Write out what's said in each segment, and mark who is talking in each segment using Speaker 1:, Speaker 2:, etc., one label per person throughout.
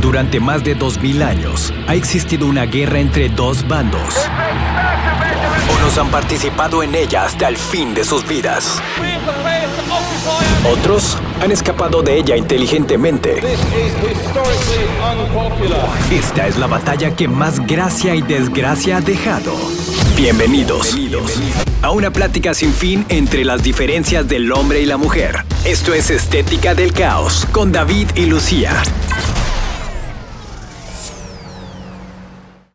Speaker 1: Durante más de 2.000 años ha existido una guerra entre dos bandos. Unos han participado en ella hasta el fin de sus vidas. Otros han escapado de ella inteligentemente. Esta es la batalla que más gracia y desgracia ha dejado. Bienvenidos, a una plática sin fin entre las diferencias del hombre y la mujer. Esto es Estética del Caos con David y Lucía.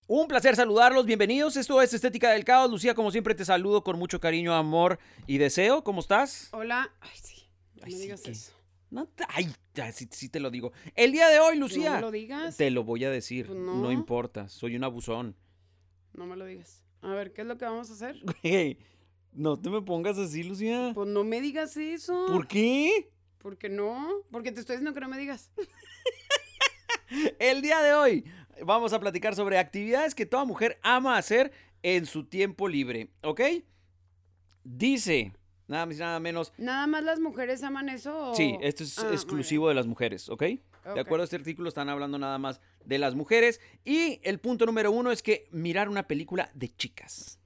Speaker 2: Un placer saludarlos, bienvenidos. Esto es Estética del Caos. Lucía, como siempre, te saludo con mucho cariño, amor y deseo. ¿Cómo estás?
Speaker 3: Hola. Ay, sí. No
Speaker 2: Ay,
Speaker 3: me
Speaker 2: sí,
Speaker 3: digas
Speaker 2: ¿qué?
Speaker 3: eso.
Speaker 2: No te- Ay, ta- sí, sí te lo digo. El día de hoy, Lucía.
Speaker 3: No me lo digas.
Speaker 2: Te lo voy a decir.
Speaker 3: Pues
Speaker 2: no.
Speaker 3: no.
Speaker 2: importa, soy un abusón.
Speaker 3: No me lo digas. A ver, ¿qué es lo que vamos a hacer?
Speaker 2: Güey, no te me pongas así, Lucía.
Speaker 3: Pues no me digas eso.
Speaker 2: ¿Por qué?
Speaker 3: Porque no. Porque te estoy diciendo que no me digas.
Speaker 2: El día de hoy vamos a platicar sobre actividades que toda mujer ama hacer en su tiempo libre, ¿ok? Dice, nada más y nada menos.
Speaker 3: ¿Nada más las mujeres aman eso? o-
Speaker 2: Sí, esto es
Speaker 3: Ah, muy
Speaker 2: exclusivo de las mujeres, ¿ok?
Speaker 3: Ok.
Speaker 2: De acuerdo a este artículo están hablando nada más de las mujeres. Y el punto número uno es que mirar una película de chicas.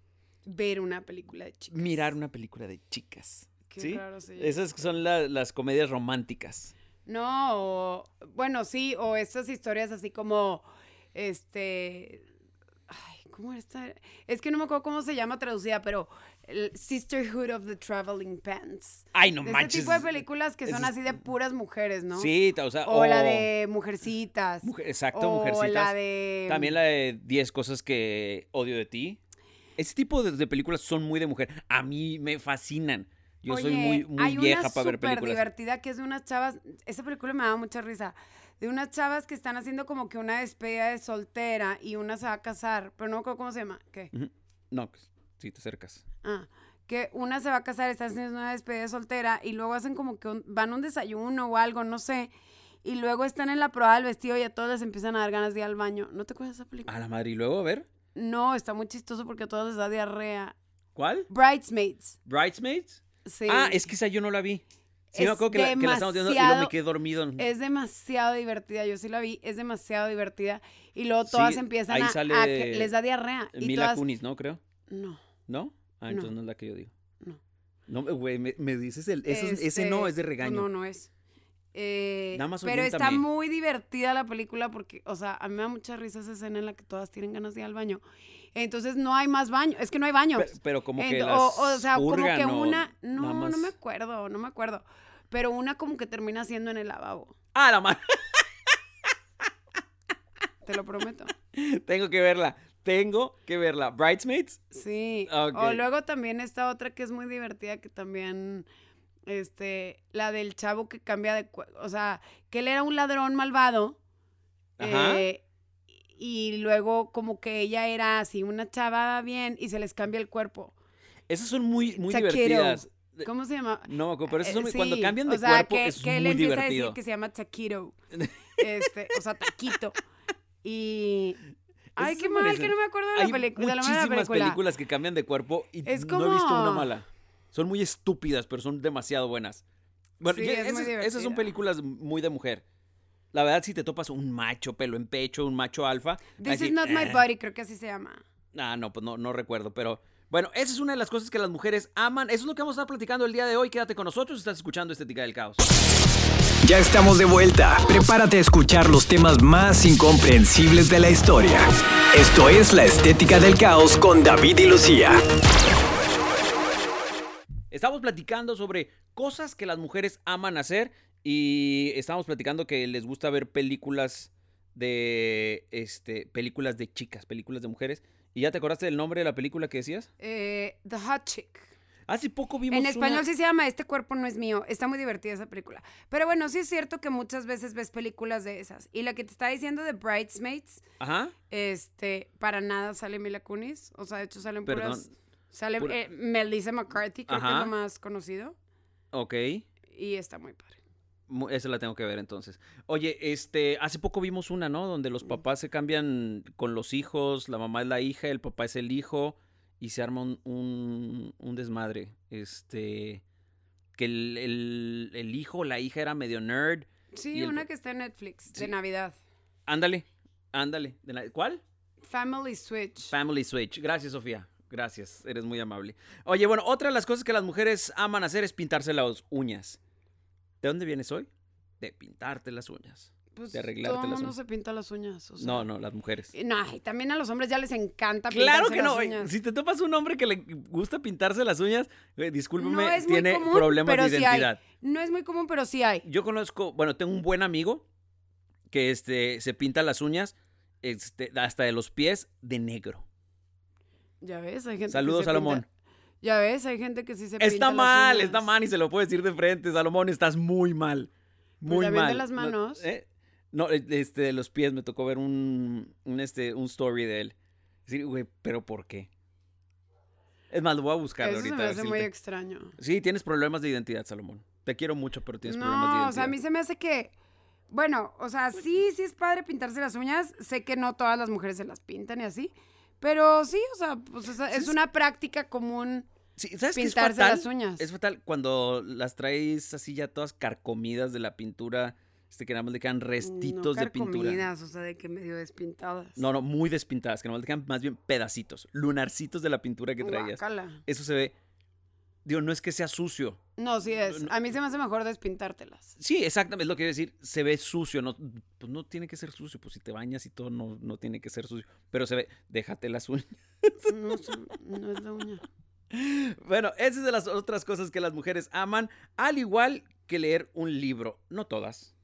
Speaker 3: bien. Ver una película de chicas.
Speaker 2: Mirar una película de chicas.
Speaker 3: Qué
Speaker 2: ¿sí?
Speaker 3: raro se oye.
Speaker 2: Esas son la- las comedias románticas.
Speaker 3: No, o- bueno, sí, o estas historias así como, este, ay, ¿cómo está? Es que no me acuerdo cómo se llama traducida, pero el Sisterhood of the Traveling Pants.
Speaker 2: Ay, no
Speaker 3: De este
Speaker 2: manches.
Speaker 3: tipo de películas que son
Speaker 2: Esas-
Speaker 3: así de puras mujeres, ¿no?
Speaker 2: Sí, ta- o sea,
Speaker 3: O la de Mujercitas.
Speaker 2: Mujer- exacto,
Speaker 3: o
Speaker 2: Mujercitas.
Speaker 3: la de... em, mm,
Speaker 2: También la de 10 cosas que odio de ti. Ese tipo de, de películas son muy de mujer. A mí me fascinan. Yo soy muy,
Speaker 3: Oye,
Speaker 2: muy
Speaker 3: hay
Speaker 2: vieja
Speaker 3: una
Speaker 2: para ver
Speaker 3: súper
Speaker 2: películas.
Speaker 3: divertida que es de unas chavas, esa película me da mucha risa, de unas chavas que están haciendo como que una despedida de soltera y una se va a casar, pero no me acuerdo cómo se llama, ¿qué?
Speaker 2: Ujú. No, pues, sí, te acercas.
Speaker 3: Ah, que una se va a casar, están haciendo una despedida de soltera y luego hacen como que un- van a un desayuno o algo, no sé, y luego están en la prueba del vestido y a todas les empiezan a dar ganas de ir al baño. ¿No te acuerdas de esa película?
Speaker 2: A la madre. Y luego, a ver,
Speaker 3: No, está muy chistoso porque a todas les da diarrea.
Speaker 2: ¿cuál?
Speaker 3: Bridesmaids.
Speaker 2: ¿Bridesmaids?
Speaker 3: Sí.
Speaker 2: Ah, es que esa yo no la vi. Sí, me
Speaker 3: Es
Speaker 2: acuerdo que la, que la estamos viendo y luego me
Speaker 3: demasiado-
Speaker 2: quedé dormido.
Speaker 3: Es demasiado divertida, yo sí la vi, es demasiado divertida. Y luego todas
Speaker 2: Sí,
Speaker 3: empiezan
Speaker 2: ahí
Speaker 3: a,
Speaker 2: sale
Speaker 3: a que les da diarrea. Y
Speaker 2: Mila
Speaker 3: todas,
Speaker 2: Kunis, ¿no? Creo.
Speaker 3: No,
Speaker 2: ¿No? Ah,
Speaker 3: No.
Speaker 2: entonces no es la que yo digo.
Speaker 3: no.
Speaker 2: No, güey, me, me dices el. eso es- ese no
Speaker 3: Este,
Speaker 2: es de regaño.
Speaker 3: No, no es. Eh,
Speaker 2: Nada más
Speaker 3: pero está
Speaker 2: oriéntame.
Speaker 3: muy divertida la película porque, o sea, a mí me da mucha risa esa escena en la que todas tienen ganas de ir al baño. Entonces no hay más baño, es que no hay baños.
Speaker 2: Pe- pero como que
Speaker 3: Ento-
Speaker 2: las
Speaker 3: o, o sea, como que
Speaker 2: purgan o
Speaker 3: una,
Speaker 2: nada
Speaker 3: no, no
Speaker 2: más.
Speaker 3: me acuerdo, no me acuerdo. Pero una como que termina siendo en el lavabo,
Speaker 2: Ah, la madre.
Speaker 3: te lo prometo.
Speaker 2: Tengo que verla. Tengo que verla. Bridesmaids.
Speaker 3: Sí.
Speaker 2: Ah, Ok.
Speaker 3: O luego también está otra que es muy divertida que también, este, la del chavo que cambia de, cue- o sea, que él era un ladrón malvado.
Speaker 2: Ajá.
Speaker 3: eh, y luego como que ella era así una chava bien y se les cambia el cuerpo.
Speaker 2: Esas son muy, muy
Speaker 3: Shakiro.
Speaker 2: divertidas. De-
Speaker 3: ¿Cómo se llama?
Speaker 2: No, me acuerdo, pero esas
Speaker 3: Eh,
Speaker 2: son muy- cuando
Speaker 3: sí,
Speaker 2: cambian de
Speaker 3: o sea,
Speaker 2: cuerpo
Speaker 3: que,
Speaker 2: es
Speaker 3: que él
Speaker 2: muy
Speaker 3: empieza a
Speaker 2: divertido.
Speaker 3: decir que se llama Taquito. Este, o sea, Taquito. Y ay,
Speaker 2: Esas
Speaker 3: qué
Speaker 2: son
Speaker 3: mal que
Speaker 2: buenísimas.
Speaker 3: no me acuerdo de la,
Speaker 2: Hay
Speaker 3: pelic- de la nombre de la
Speaker 2: muchísimas
Speaker 3: película.
Speaker 2: películas que cambian de cuerpo y
Speaker 3: Es
Speaker 2: no he visto una
Speaker 3: como-
Speaker 2: mala. Son muy estúpidas, pero son demasiado buenas. Bueno,
Speaker 3: Sí,
Speaker 2: ya-
Speaker 3: es muy
Speaker 2: esas, esas son
Speaker 3: divertida.
Speaker 2: películas muy de mujer. La verdad, si te topas un macho pelo en pecho, un macho alfa.
Speaker 3: This
Speaker 2: así,
Speaker 3: is not my
Speaker 2: "Eh".
Speaker 3: body, creo que así se llama.
Speaker 2: Ah, no, pues no, no recuerdo, pero bueno, esa es una de las cosas que las mujeres aman. Eso es lo que vamos a estar platicando el día de hoy. Quédate con nosotros, estás escuchando Estética del Caos.
Speaker 1: Ya estamos de vuelta. Prepárate a escuchar los temas más incomprensibles de la historia. Esto es La Estética del Caos con David y Lucía.
Speaker 2: Estamos platicando sobre cosas que las mujeres aman hacer y estamos platicando que les gusta ver películas de este películas de chicas, películas de mujeres. ¿Y ya te acordaste del nombre de la película que decías?
Speaker 3: Eh, The Hot Chick.
Speaker 2: Hace poco vimos
Speaker 3: En español
Speaker 2: una-
Speaker 3: sí se llama Este cuerpo no es mío. Está muy divertida esa película. Pero bueno, sí es cierto que muchas veces ves películas de esas. Y la que te estaba diciendo de Bridesmaids,
Speaker 2: Ajá.
Speaker 3: este, para nada sale Mila Kunis. O sea, de hecho salen puras...
Speaker 2: Perdón.
Speaker 3: Sale
Speaker 2: Pura-
Speaker 3: eh, Melissa McCarthy, creo que
Speaker 2: Ajá.
Speaker 3: es lo más conocido.
Speaker 2: Ok.
Speaker 3: Y está muy padre.
Speaker 2: Mu- Esa la tengo que ver entonces. Oye, este, hace poco vimos una, ¿no? Donde los papás se cambian con los hijos, la mamá es la hija, el papá es el hijo y se arma un, un- un desmadre. Este, que el, el- el hijo o la hija era medio nerd.
Speaker 3: Sí,
Speaker 2: Y el
Speaker 3: una
Speaker 2: pa-
Speaker 3: que está en Netflix,
Speaker 2: Sí.
Speaker 3: de Navidad.
Speaker 2: Ándale, ándale. De la- ¿Cuál?
Speaker 3: Family Switch.
Speaker 2: Family Switch. Gracias, Sofía. Gracias, eres muy amable. Oye, bueno, otra de las cosas que las mujeres aman hacer es pintarse las uñas. ¿De dónde vienes hoy? De pintarte las uñas.
Speaker 3: Pues,
Speaker 2: de arreglarte
Speaker 3: todo el
Speaker 2: las
Speaker 3: mundo
Speaker 2: uñas.
Speaker 3: se pinta las uñas. o sea.
Speaker 2: No, no, las mujeres.
Speaker 3: Y No, y también a los hombres ya les encanta
Speaker 2: Claro
Speaker 3: pintarse
Speaker 2: que no.
Speaker 3: las
Speaker 2: güey.
Speaker 3: uñas.
Speaker 2: Si te topas un hombre que le gusta pintarse las uñas, güey, discúlpame,
Speaker 3: No es muy
Speaker 2: tiene
Speaker 3: común,
Speaker 2: problemas
Speaker 3: pero
Speaker 2: de
Speaker 3: sí hay.
Speaker 2: identidad.
Speaker 3: No es muy común, pero sí hay.
Speaker 2: Yo conozco, bueno, tengo un buen amigo que este, se pinta las uñas este, hasta de los pies de negro.
Speaker 3: Ya ves, hay gente
Speaker 2: Saludos,
Speaker 3: que se
Speaker 2: Salomón.
Speaker 3: pinta- Ya ves, hay gente que sí se pinta
Speaker 2: Está
Speaker 3: las
Speaker 2: mal,
Speaker 3: uñas.
Speaker 2: está mal y se lo puedes decir de frente, Salomón, estás muy mal.
Speaker 3: Pero
Speaker 2: Muy
Speaker 3: también de
Speaker 2: mal.
Speaker 3: Pues las
Speaker 2: No,
Speaker 3: manos.
Speaker 2: ¿eh? No, eh, este, de los pies me tocó ver un, un, este, un story de él. Decir, güey, pero ¿por qué? Es más, lo voy a buscar
Speaker 3: Eso se
Speaker 2: ahorita.
Speaker 3: me
Speaker 2: a ver
Speaker 3: hace
Speaker 2: si
Speaker 3: muy
Speaker 2: te-
Speaker 3: extraño.
Speaker 2: Sí, tienes problemas de identidad, Salomón. Te quiero mucho, pero tienes problemas de
Speaker 3: No,
Speaker 2: identidad.
Speaker 3: o sea, a mí se me hace que... Bueno, o sea, sí, sí es padre pintarse las uñas. Sé que no todas las mujeres se las pintan y así. Pero sí, o sea, pues es, es
Speaker 2: es-
Speaker 3: una práctica común.
Speaker 2: Sí, ¿Sabes qué es
Speaker 3: pintarse
Speaker 2: fatal?
Speaker 3: las uñas.
Speaker 2: Es fatal cuando las traes así ya todas carcomidas de la pintura, este, que nada más le quedan restitos
Speaker 3: no
Speaker 2: de pintura.
Speaker 3: carcomidas, o sea, de que medio despintadas.
Speaker 2: No, no, muy despintadas, que nomás le quedan más bien pedacitos, lunarcitos de la pintura que traías.
Speaker 3: Guácala.
Speaker 2: Eso se ve. Digo, no es que sea sucio.
Speaker 3: No, sí es.
Speaker 2: No, no.
Speaker 3: A mí se me hace mejor despintártelas.
Speaker 2: Sí, exactamente, es lo que iba a decir. Se ve sucio, no, pues no tiene que ser sucio. Pues si te bañas y todo, no, no tiene que ser sucio. Pero se ve, déjate las uñas.
Speaker 3: No, son- no es la uña.
Speaker 2: Bueno, esa es de las otras cosas que las mujeres aman, al igual que leer un libro. No todas.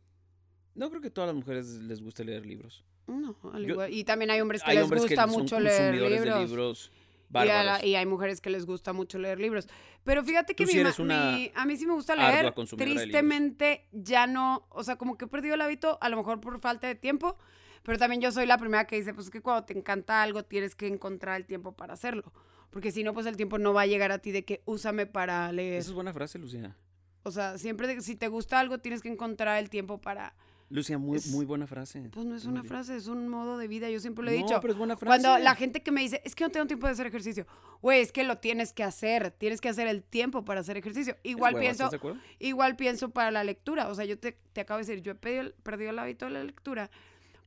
Speaker 2: No creo que todas las mujeres les guste leer libros.
Speaker 3: No, al
Speaker 2: Yo-
Speaker 3: igual- Y también hay hombres que
Speaker 2: hay
Speaker 3: les
Speaker 2: hombres
Speaker 3: gusta
Speaker 2: que son
Speaker 3: mucho leer
Speaker 2: consumidores
Speaker 3: libros.
Speaker 2: de libros
Speaker 3: y, a la-
Speaker 2: bárbaros.
Speaker 3: y hay mujeres que les gusta mucho leer libros. Pero fíjate que
Speaker 2: Tú sí
Speaker 3: mi ma-
Speaker 2: eres una
Speaker 3: mi- a mí sí me gusta
Speaker 2: ardua
Speaker 3: leer.
Speaker 2: consumidora de libros.
Speaker 3: Tristemente ya no, o sea, como que he perdido el hábito, a lo mejor por falta de tiempo, pero también yo soy la primera que dice, pues que cuando te encanta algo tienes que encontrar el tiempo para hacerlo. Porque si no, pues el tiempo no va a llegar a ti de que úsame para leer.
Speaker 2: Esa es buena frase, Lucía.
Speaker 3: O sea, siempre de- si te gusta algo tienes que encontrar el tiempo para...
Speaker 2: Lucia, muy,
Speaker 3: Es-
Speaker 2: muy buena frase.
Speaker 3: Pues no es
Speaker 2: Muy
Speaker 3: una
Speaker 2: bien.
Speaker 3: frase, es un modo de vida, yo siempre lo he
Speaker 2: No,
Speaker 3: dicho.
Speaker 2: pero es buena frase.
Speaker 3: Cuando la gente que me dice, es que no tengo tiempo de hacer ejercicio, güey, es que lo tienes que hacer, tienes que hacer el tiempo para hacer ejercicio. Igual
Speaker 2: Hueva,
Speaker 3: pienso,
Speaker 2: ¿estás de acuerdo?
Speaker 3: igual pienso para la lectura, o sea, yo te, te acabo de decir, yo he pedido el- perdido el hábito de la lectura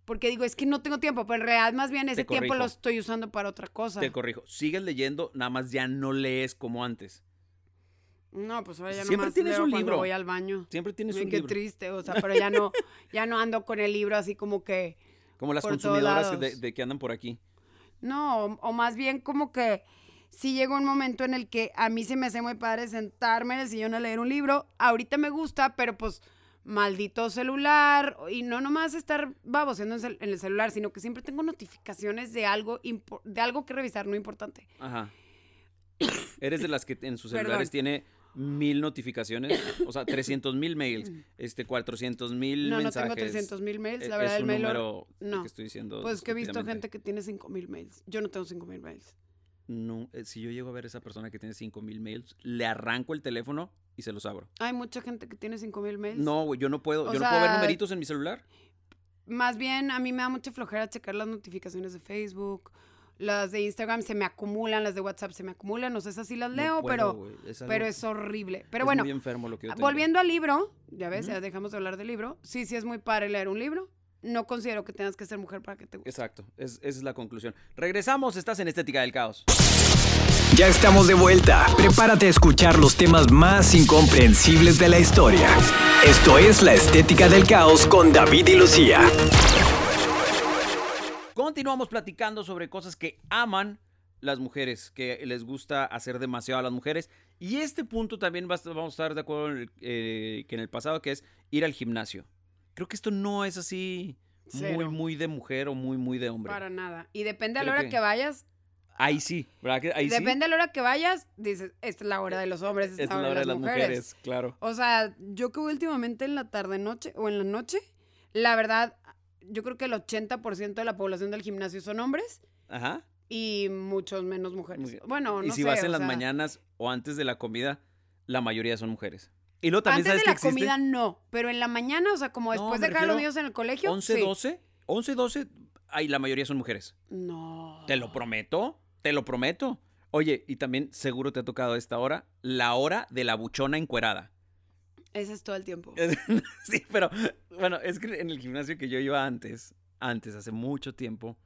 Speaker 3: porque digo, es que no tengo tiempo, pero en realidad más bien ese tiempo
Speaker 2: corrijo.
Speaker 3: lo estoy usando para otra cosa.
Speaker 2: Te corrijo. Sigues leyendo, nada más ya no lees como antes.
Speaker 3: No, pues ahora ya
Speaker 2: Siempre
Speaker 3: nomás
Speaker 2: tienes
Speaker 3: leo
Speaker 2: un
Speaker 3: cuando
Speaker 2: libro.
Speaker 3: voy al baño.
Speaker 2: Siempre tienes
Speaker 3: Ay,
Speaker 2: un
Speaker 3: qué
Speaker 2: libro.
Speaker 3: triste, o sea, pero ya no ya no ando con el libro así como que
Speaker 2: Como las
Speaker 3: por todos
Speaker 2: consumidoras que de,
Speaker 3: lados.
Speaker 2: de que andan por aquí.
Speaker 3: No, o, o más bien como que sí llegó un momento en el que a mí se me hace muy padre sentarme en el sillón a leer un libro. Ahorita me gusta, pero pues maldito celular y no nomás estar baboseando en, cel- en el celular, sino que siempre tengo notificaciones de algo impo- de algo que revisar no importante.
Speaker 2: Ajá. Eres de las que en sus
Speaker 3: Perdón.
Speaker 2: celulares tiene mil notificaciones, o sea, 300 mil mails, este, 400 mil
Speaker 3: Mm. no,
Speaker 2: mensajes.
Speaker 3: no tengo 300 mil mails,
Speaker 2: E-
Speaker 3: la verdad
Speaker 2: es
Speaker 3: el
Speaker 2: un
Speaker 3: mail or-
Speaker 2: número
Speaker 3: no.
Speaker 2: que estoy diciendo.
Speaker 3: pues que he visto gente
Speaker 2: estúpidamente.
Speaker 3: que tiene 5 mil mails. Yo no tengo 5 mil mails.
Speaker 2: No, eh, si yo llego a ver a esa persona que tiene 5 mil mails, le arranco el teléfono y se los abro.
Speaker 3: Hay mucha gente que tiene 5 mil mails.
Speaker 2: No, güey, yo no puedo,
Speaker 3: O
Speaker 2: yo no puedo ver
Speaker 3: sea,
Speaker 2: numeritos en mi celular.
Speaker 3: Más bien, a mí me da mucha flojera checar las notificaciones de Facebook. Las de Instagram se me acumulan, las de WhatsApp se me acumulan. No sé si las
Speaker 2: No
Speaker 3: leo,
Speaker 2: puedo,
Speaker 3: pero,
Speaker 2: güey, es algo-
Speaker 3: pero es horrible. Pero
Speaker 2: es
Speaker 3: bueno,
Speaker 2: muy enfermo lo que yo tengo.
Speaker 3: volviendo al libro, ya ves,
Speaker 2: Ujú.
Speaker 3: ya dejamos de hablar del libro. Sí, sí es muy padre leer un libro. No considero que tengas que ser mujer para que te guste.
Speaker 2: Exacto, es- esa es la conclusión. Regresamos, estás en Estética del Caos.
Speaker 1: Ya estamos de vuelta. Prepárate a escuchar los temas más incomprensibles de la historia. Esto es La Estética del Caos con David y Lucía.
Speaker 2: Continuamos platicando sobre cosas que aman las mujeres, que les gusta hacer demasiado a las mujeres. Y este punto también va a estar- vamos a estar de acuerdo en el- eh, que en el pasado, que es ir al gimnasio. Creo que esto no es así muy,
Speaker 3: Cero.
Speaker 2: muy de mujer o muy, muy de hombre.
Speaker 3: Para nada. Y depende a la
Speaker 2: Creo
Speaker 3: hora
Speaker 2: que-
Speaker 3: que, vayas.
Speaker 2: Ahí sí, ¿verdad? que Ahí
Speaker 3: depende a la hora que vayas, dices, esta es la hora de los hombres,
Speaker 2: sí. Esta es la hora de las mujeres, claro.
Speaker 3: O sea, yo que voy últimamente en la tarde noche o en la noche, la verdad, yo creo que el 80% de la población del gimnasio son hombres
Speaker 2: Ajá.
Speaker 3: y muchos menos mujeres.
Speaker 2: Muy bien.
Speaker 3: Bueno, no
Speaker 2: y si
Speaker 3: sé,
Speaker 2: vas
Speaker 3: o
Speaker 2: en las
Speaker 3: sea,
Speaker 2: mañanas o antes de la comida, la mayoría son mujeres. Y luego también
Speaker 3: Antes de
Speaker 2: sabes
Speaker 3: la
Speaker 2: que existe
Speaker 3: comida no, pero en la mañana, o sea, como
Speaker 2: No,
Speaker 3: después
Speaker 2: me
Speaker 3: de dejar a los
Speaker 2: refiero
Speaker 3: niños en el colegio.
Speaker 2: 11,
Speaker 3: sí.
Speaker 2: 12, 11, 12, ahí la mayoría son mujeres.
Speaker 3: No.
Speaker 2: Te lo prometo, te lo prometo. Oye, y también seguro te ha tocado a esta hora, la hora de la buchona encuerada.
Speaker 3: Ese es todo el tiempo.
Speaker 2: Eh, sí, pero bueno, es que en el gimnasio que yo iba antes, antes, hace mucho tiempo,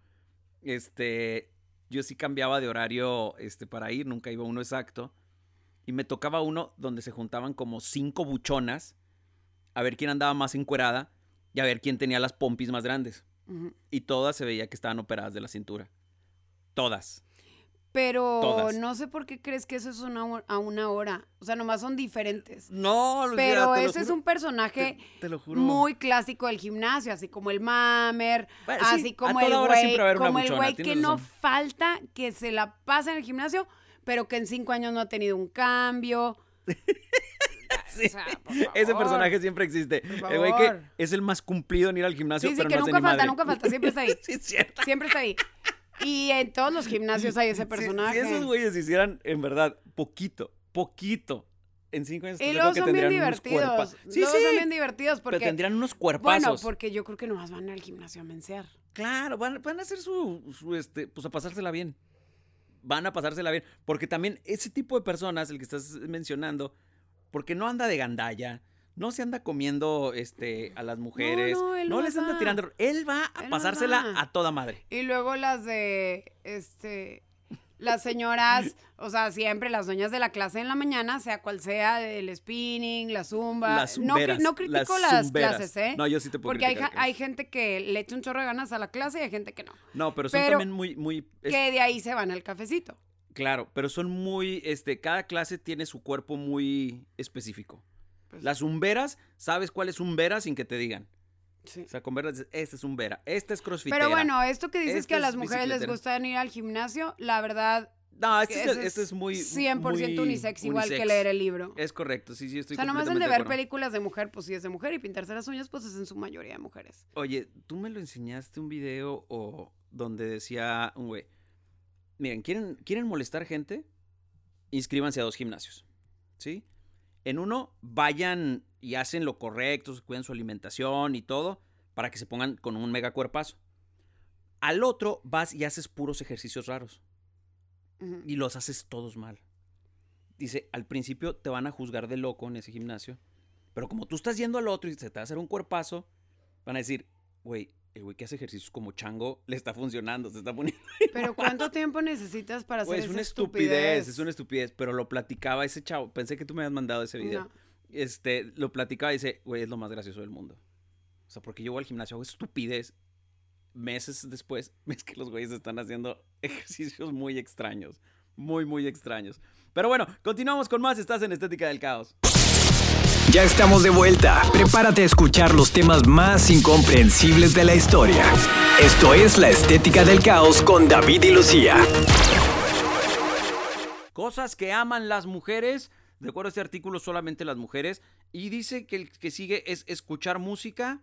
Speaker 2: este, yo sí cambiaba de horario este, para ir, nunca iba uno exacto. Y me tocaba uno donde se juntaban como cinco buchonas a ver quién andaba más encuerada y a ver quién tenía las pompis más grandes.
Speaker 3: Ujú.
Speaker 2: Y todas se veía que estaban operadas de la cintura. Todas.
Speaker 3: Pero
Speaker 2: Todas.
Speaker 3: no sé por qué crees que eso es una, hor- a una hora. O sea, nomás son diferentes.
Speaker 2: No, Lucía,
Speaker 3: Pero
Speaker 2: te lo
Speaker 3: ese es
Speaker 2: juro,
Speaker 3: un personaje
Speaker 2: te, te lo juro.
Speaker 3: muy clásico del gimnasio, así como el mamer,
Speaker 2: Bueno, Ah, sí,
Speaker 3: así
Speaker 2: a
Speaker 3: como
Speaker 2: toda
Speaker 3: el
Speaker 2: hora
Speaker 3: güey,
Speaker 2: siempre va a haber una
Speaker 3: como el
Speaker 2: buchona,
Speaker 3: güey
Speaker 2: tienes
Speaker 3: que no
Speaker 2: razón.
Speaker 3: falta, que se la pasa en el gimnasio, pero que en cinco años no ha tenido un cambio.
Speaker 2: Sí.
Speaker 3: O sea, por favor.
Speaker 2: Ese personaje siempre existe.
Speaker 3: Por
Speaker 2: El güey que
Speaker 3: favor.
Speaker 2: es el más cumplido en ir al gimnasio,
Speaker 3: Sí, sí,
Speaker 2: pero
Speaker 3: que
Speaker 2: no hace
Speaker 3: nunca
Speaker 2: ni
Speaker 3: falta,
Speaker 2: madre.
Speaker 3: nunca falta, siempre está ahí.
Speaker 2: Sí, es cierto.
Speaker 3: Siempre está ahí. Y en todos los gimnasios hay ese
Speaker 2: Si-
Speaker 3: personaje.
Speaker 2: Si, esos güeyes hicieran, en verdad, poquito, poquito, en cinco años
Speaker 3: y
Speaker 2: te
Speaker 3: luego
Speaker 2: que
Speaker 3: son bien
Speaker 2: tendrían unos
Speaker 3: divertidos.
Speaker 2: cuerpazos. Sí,
Speaker 3: luego
Speaker 2: sí,
Speaker 3: son bien divertidos porque.
Speaker 2: pero tendrían unos
Speaker 3: bueno,
Speaker 2: cuerpazos.
Speaker 3: porque yo creo que nomás van al gimnasio a mensear.
Speaker 2: Claro, van, van a hacer su, su, este, pues a pasársela bien. Van a pasársela bien. Porque también ese tipo de personas, el que estás mencionando, porque no anda de gandalla, no se anda comiendo este, a las mujeres,
Speaker 3: no, él no
Speaker 2: les
Speaker 3: va.
Speaker 2: anda tirando. Él va a
Speaker 3: Él no
Speaker 2: pasársela
Speaker 3: va.
Speaker 2: a toda madre.
Speaker 3: Y luego las de, este, las señoras, o sea, siempre las dueñas de la clase en la mañana, sea cual sea, el spinning, la zumba.
Speaker 2: Las
Speaker 3: no, cri-
Speaker 2: zumberas,
Speaker 3: no critico
Speaker 2: las
Speaker 3: las,
Speaker 2: zumberas.
Speaker 3: clases, ¿eh?
Speaker 2: No, yo sí te puedo
Speaker 3: Porque hay,
Speaker 2: criticar,
Speaker 3: ja-
Speaker 2: Carlos.
Speaker 3: hay gente que le echa un chorro de ganas a la clase y hay gente que no.
Speaker 2: No, pero son
Speaker 3: Pero,
Speaker 2: también muy, muy. es-
Speaker 3: Que de ahí se van al cafecito.
Speaker 2: Claro, pero son muy, este, cada clase tiene su cuerpo muy específico.
Speaker 3: Pues-
Speaker 2: Las umberas, sabes cuál es umbera sin que te digan.
Speaker 3: Sí.
Speaker 2: O sea, con veras dices, esta es umbera, esta es crossfitera.
Speaker 3: Pero bueno, esto que dices
Speaker 2: Esta
Speaker 3: que a las
Speaker 2: es
Speaker 3: mujeres les
Speaker 2: bicicletera.
Speaker 3: gusta ir al gimnasio, la verdad,
Speaker 2: no, este, es,
Speaker 3: ese
Speaker 2: este es muy
Speaker 3: 100%
Speaker 2: muy
Speaker 3: unisex igual que
Speaker 2: unisex.
Speaker 3: leer el libro.
Speaker 2: Es correcto, sí, sí, estoy
Speaker 3: o sea, nomás el de
Speaker 2: completamente
Speaker 3: ver
Speaker 2: acuerdo.
Speaker 3: películas de mujer, pues sí es de mujer, y pintarse las uñas, pues es en su mayoría de mujeres.
Speaker 2: Oye, tú me lo enseñaste un video o donde decía un güey, miren, ¿quieren, ¿quieren molestar gente? Inscríbanse a dos gimnasios, ¿sí? En uno vayan y hacen lo correcto, se cuidan su alimentación y todo, para que se pongan con un mega cuerpazo. Al otro vas y haces puros ejercicios raros
Speaker 3: Ujú.
Speaker 2: y los haces todos mal. Dice, al principio te van a juzgar de loco en ese gimnasio, pero como tú estás yendo al otro y se te va a hacer un cuerpazo, van a decir, güey, el güey que hace ejercicios como chango le está funcionando, se está poniendo.
Speaker 3: Pero ¿cuánto tiempo necesitas para hacer
Speaker 2: Güey, es
Speaker 3: esa
Speaker 2: una estupidez, es una estupidez, pero lo platicaba ese chavo. Pensé que tú me habías mandado ese video.
Speaker 3: No.
Speaker 2: Este, lo platicaba y dice, güey, es lo más gracioso del mundo. O sea, porque yo voy al gimnasio, hago estupidez. Meses después, ves que los güeyes están haciendo ejercicios muy extraños. Muy, muy extraños. Pero bueno, continuamos con más. Estás en Estética del Caos.
Speaker 1: Ya estamos de vuelta. Prepárate a escuchar los temas más incomprensibles de la historia. Esto es La Estética del Caos con David y Lucía.
Speaker 2: Cosas que aman las mujeres. De acuerdo a este artículo, solamente las mujeres. Y dice que el que sigue es escuchar música.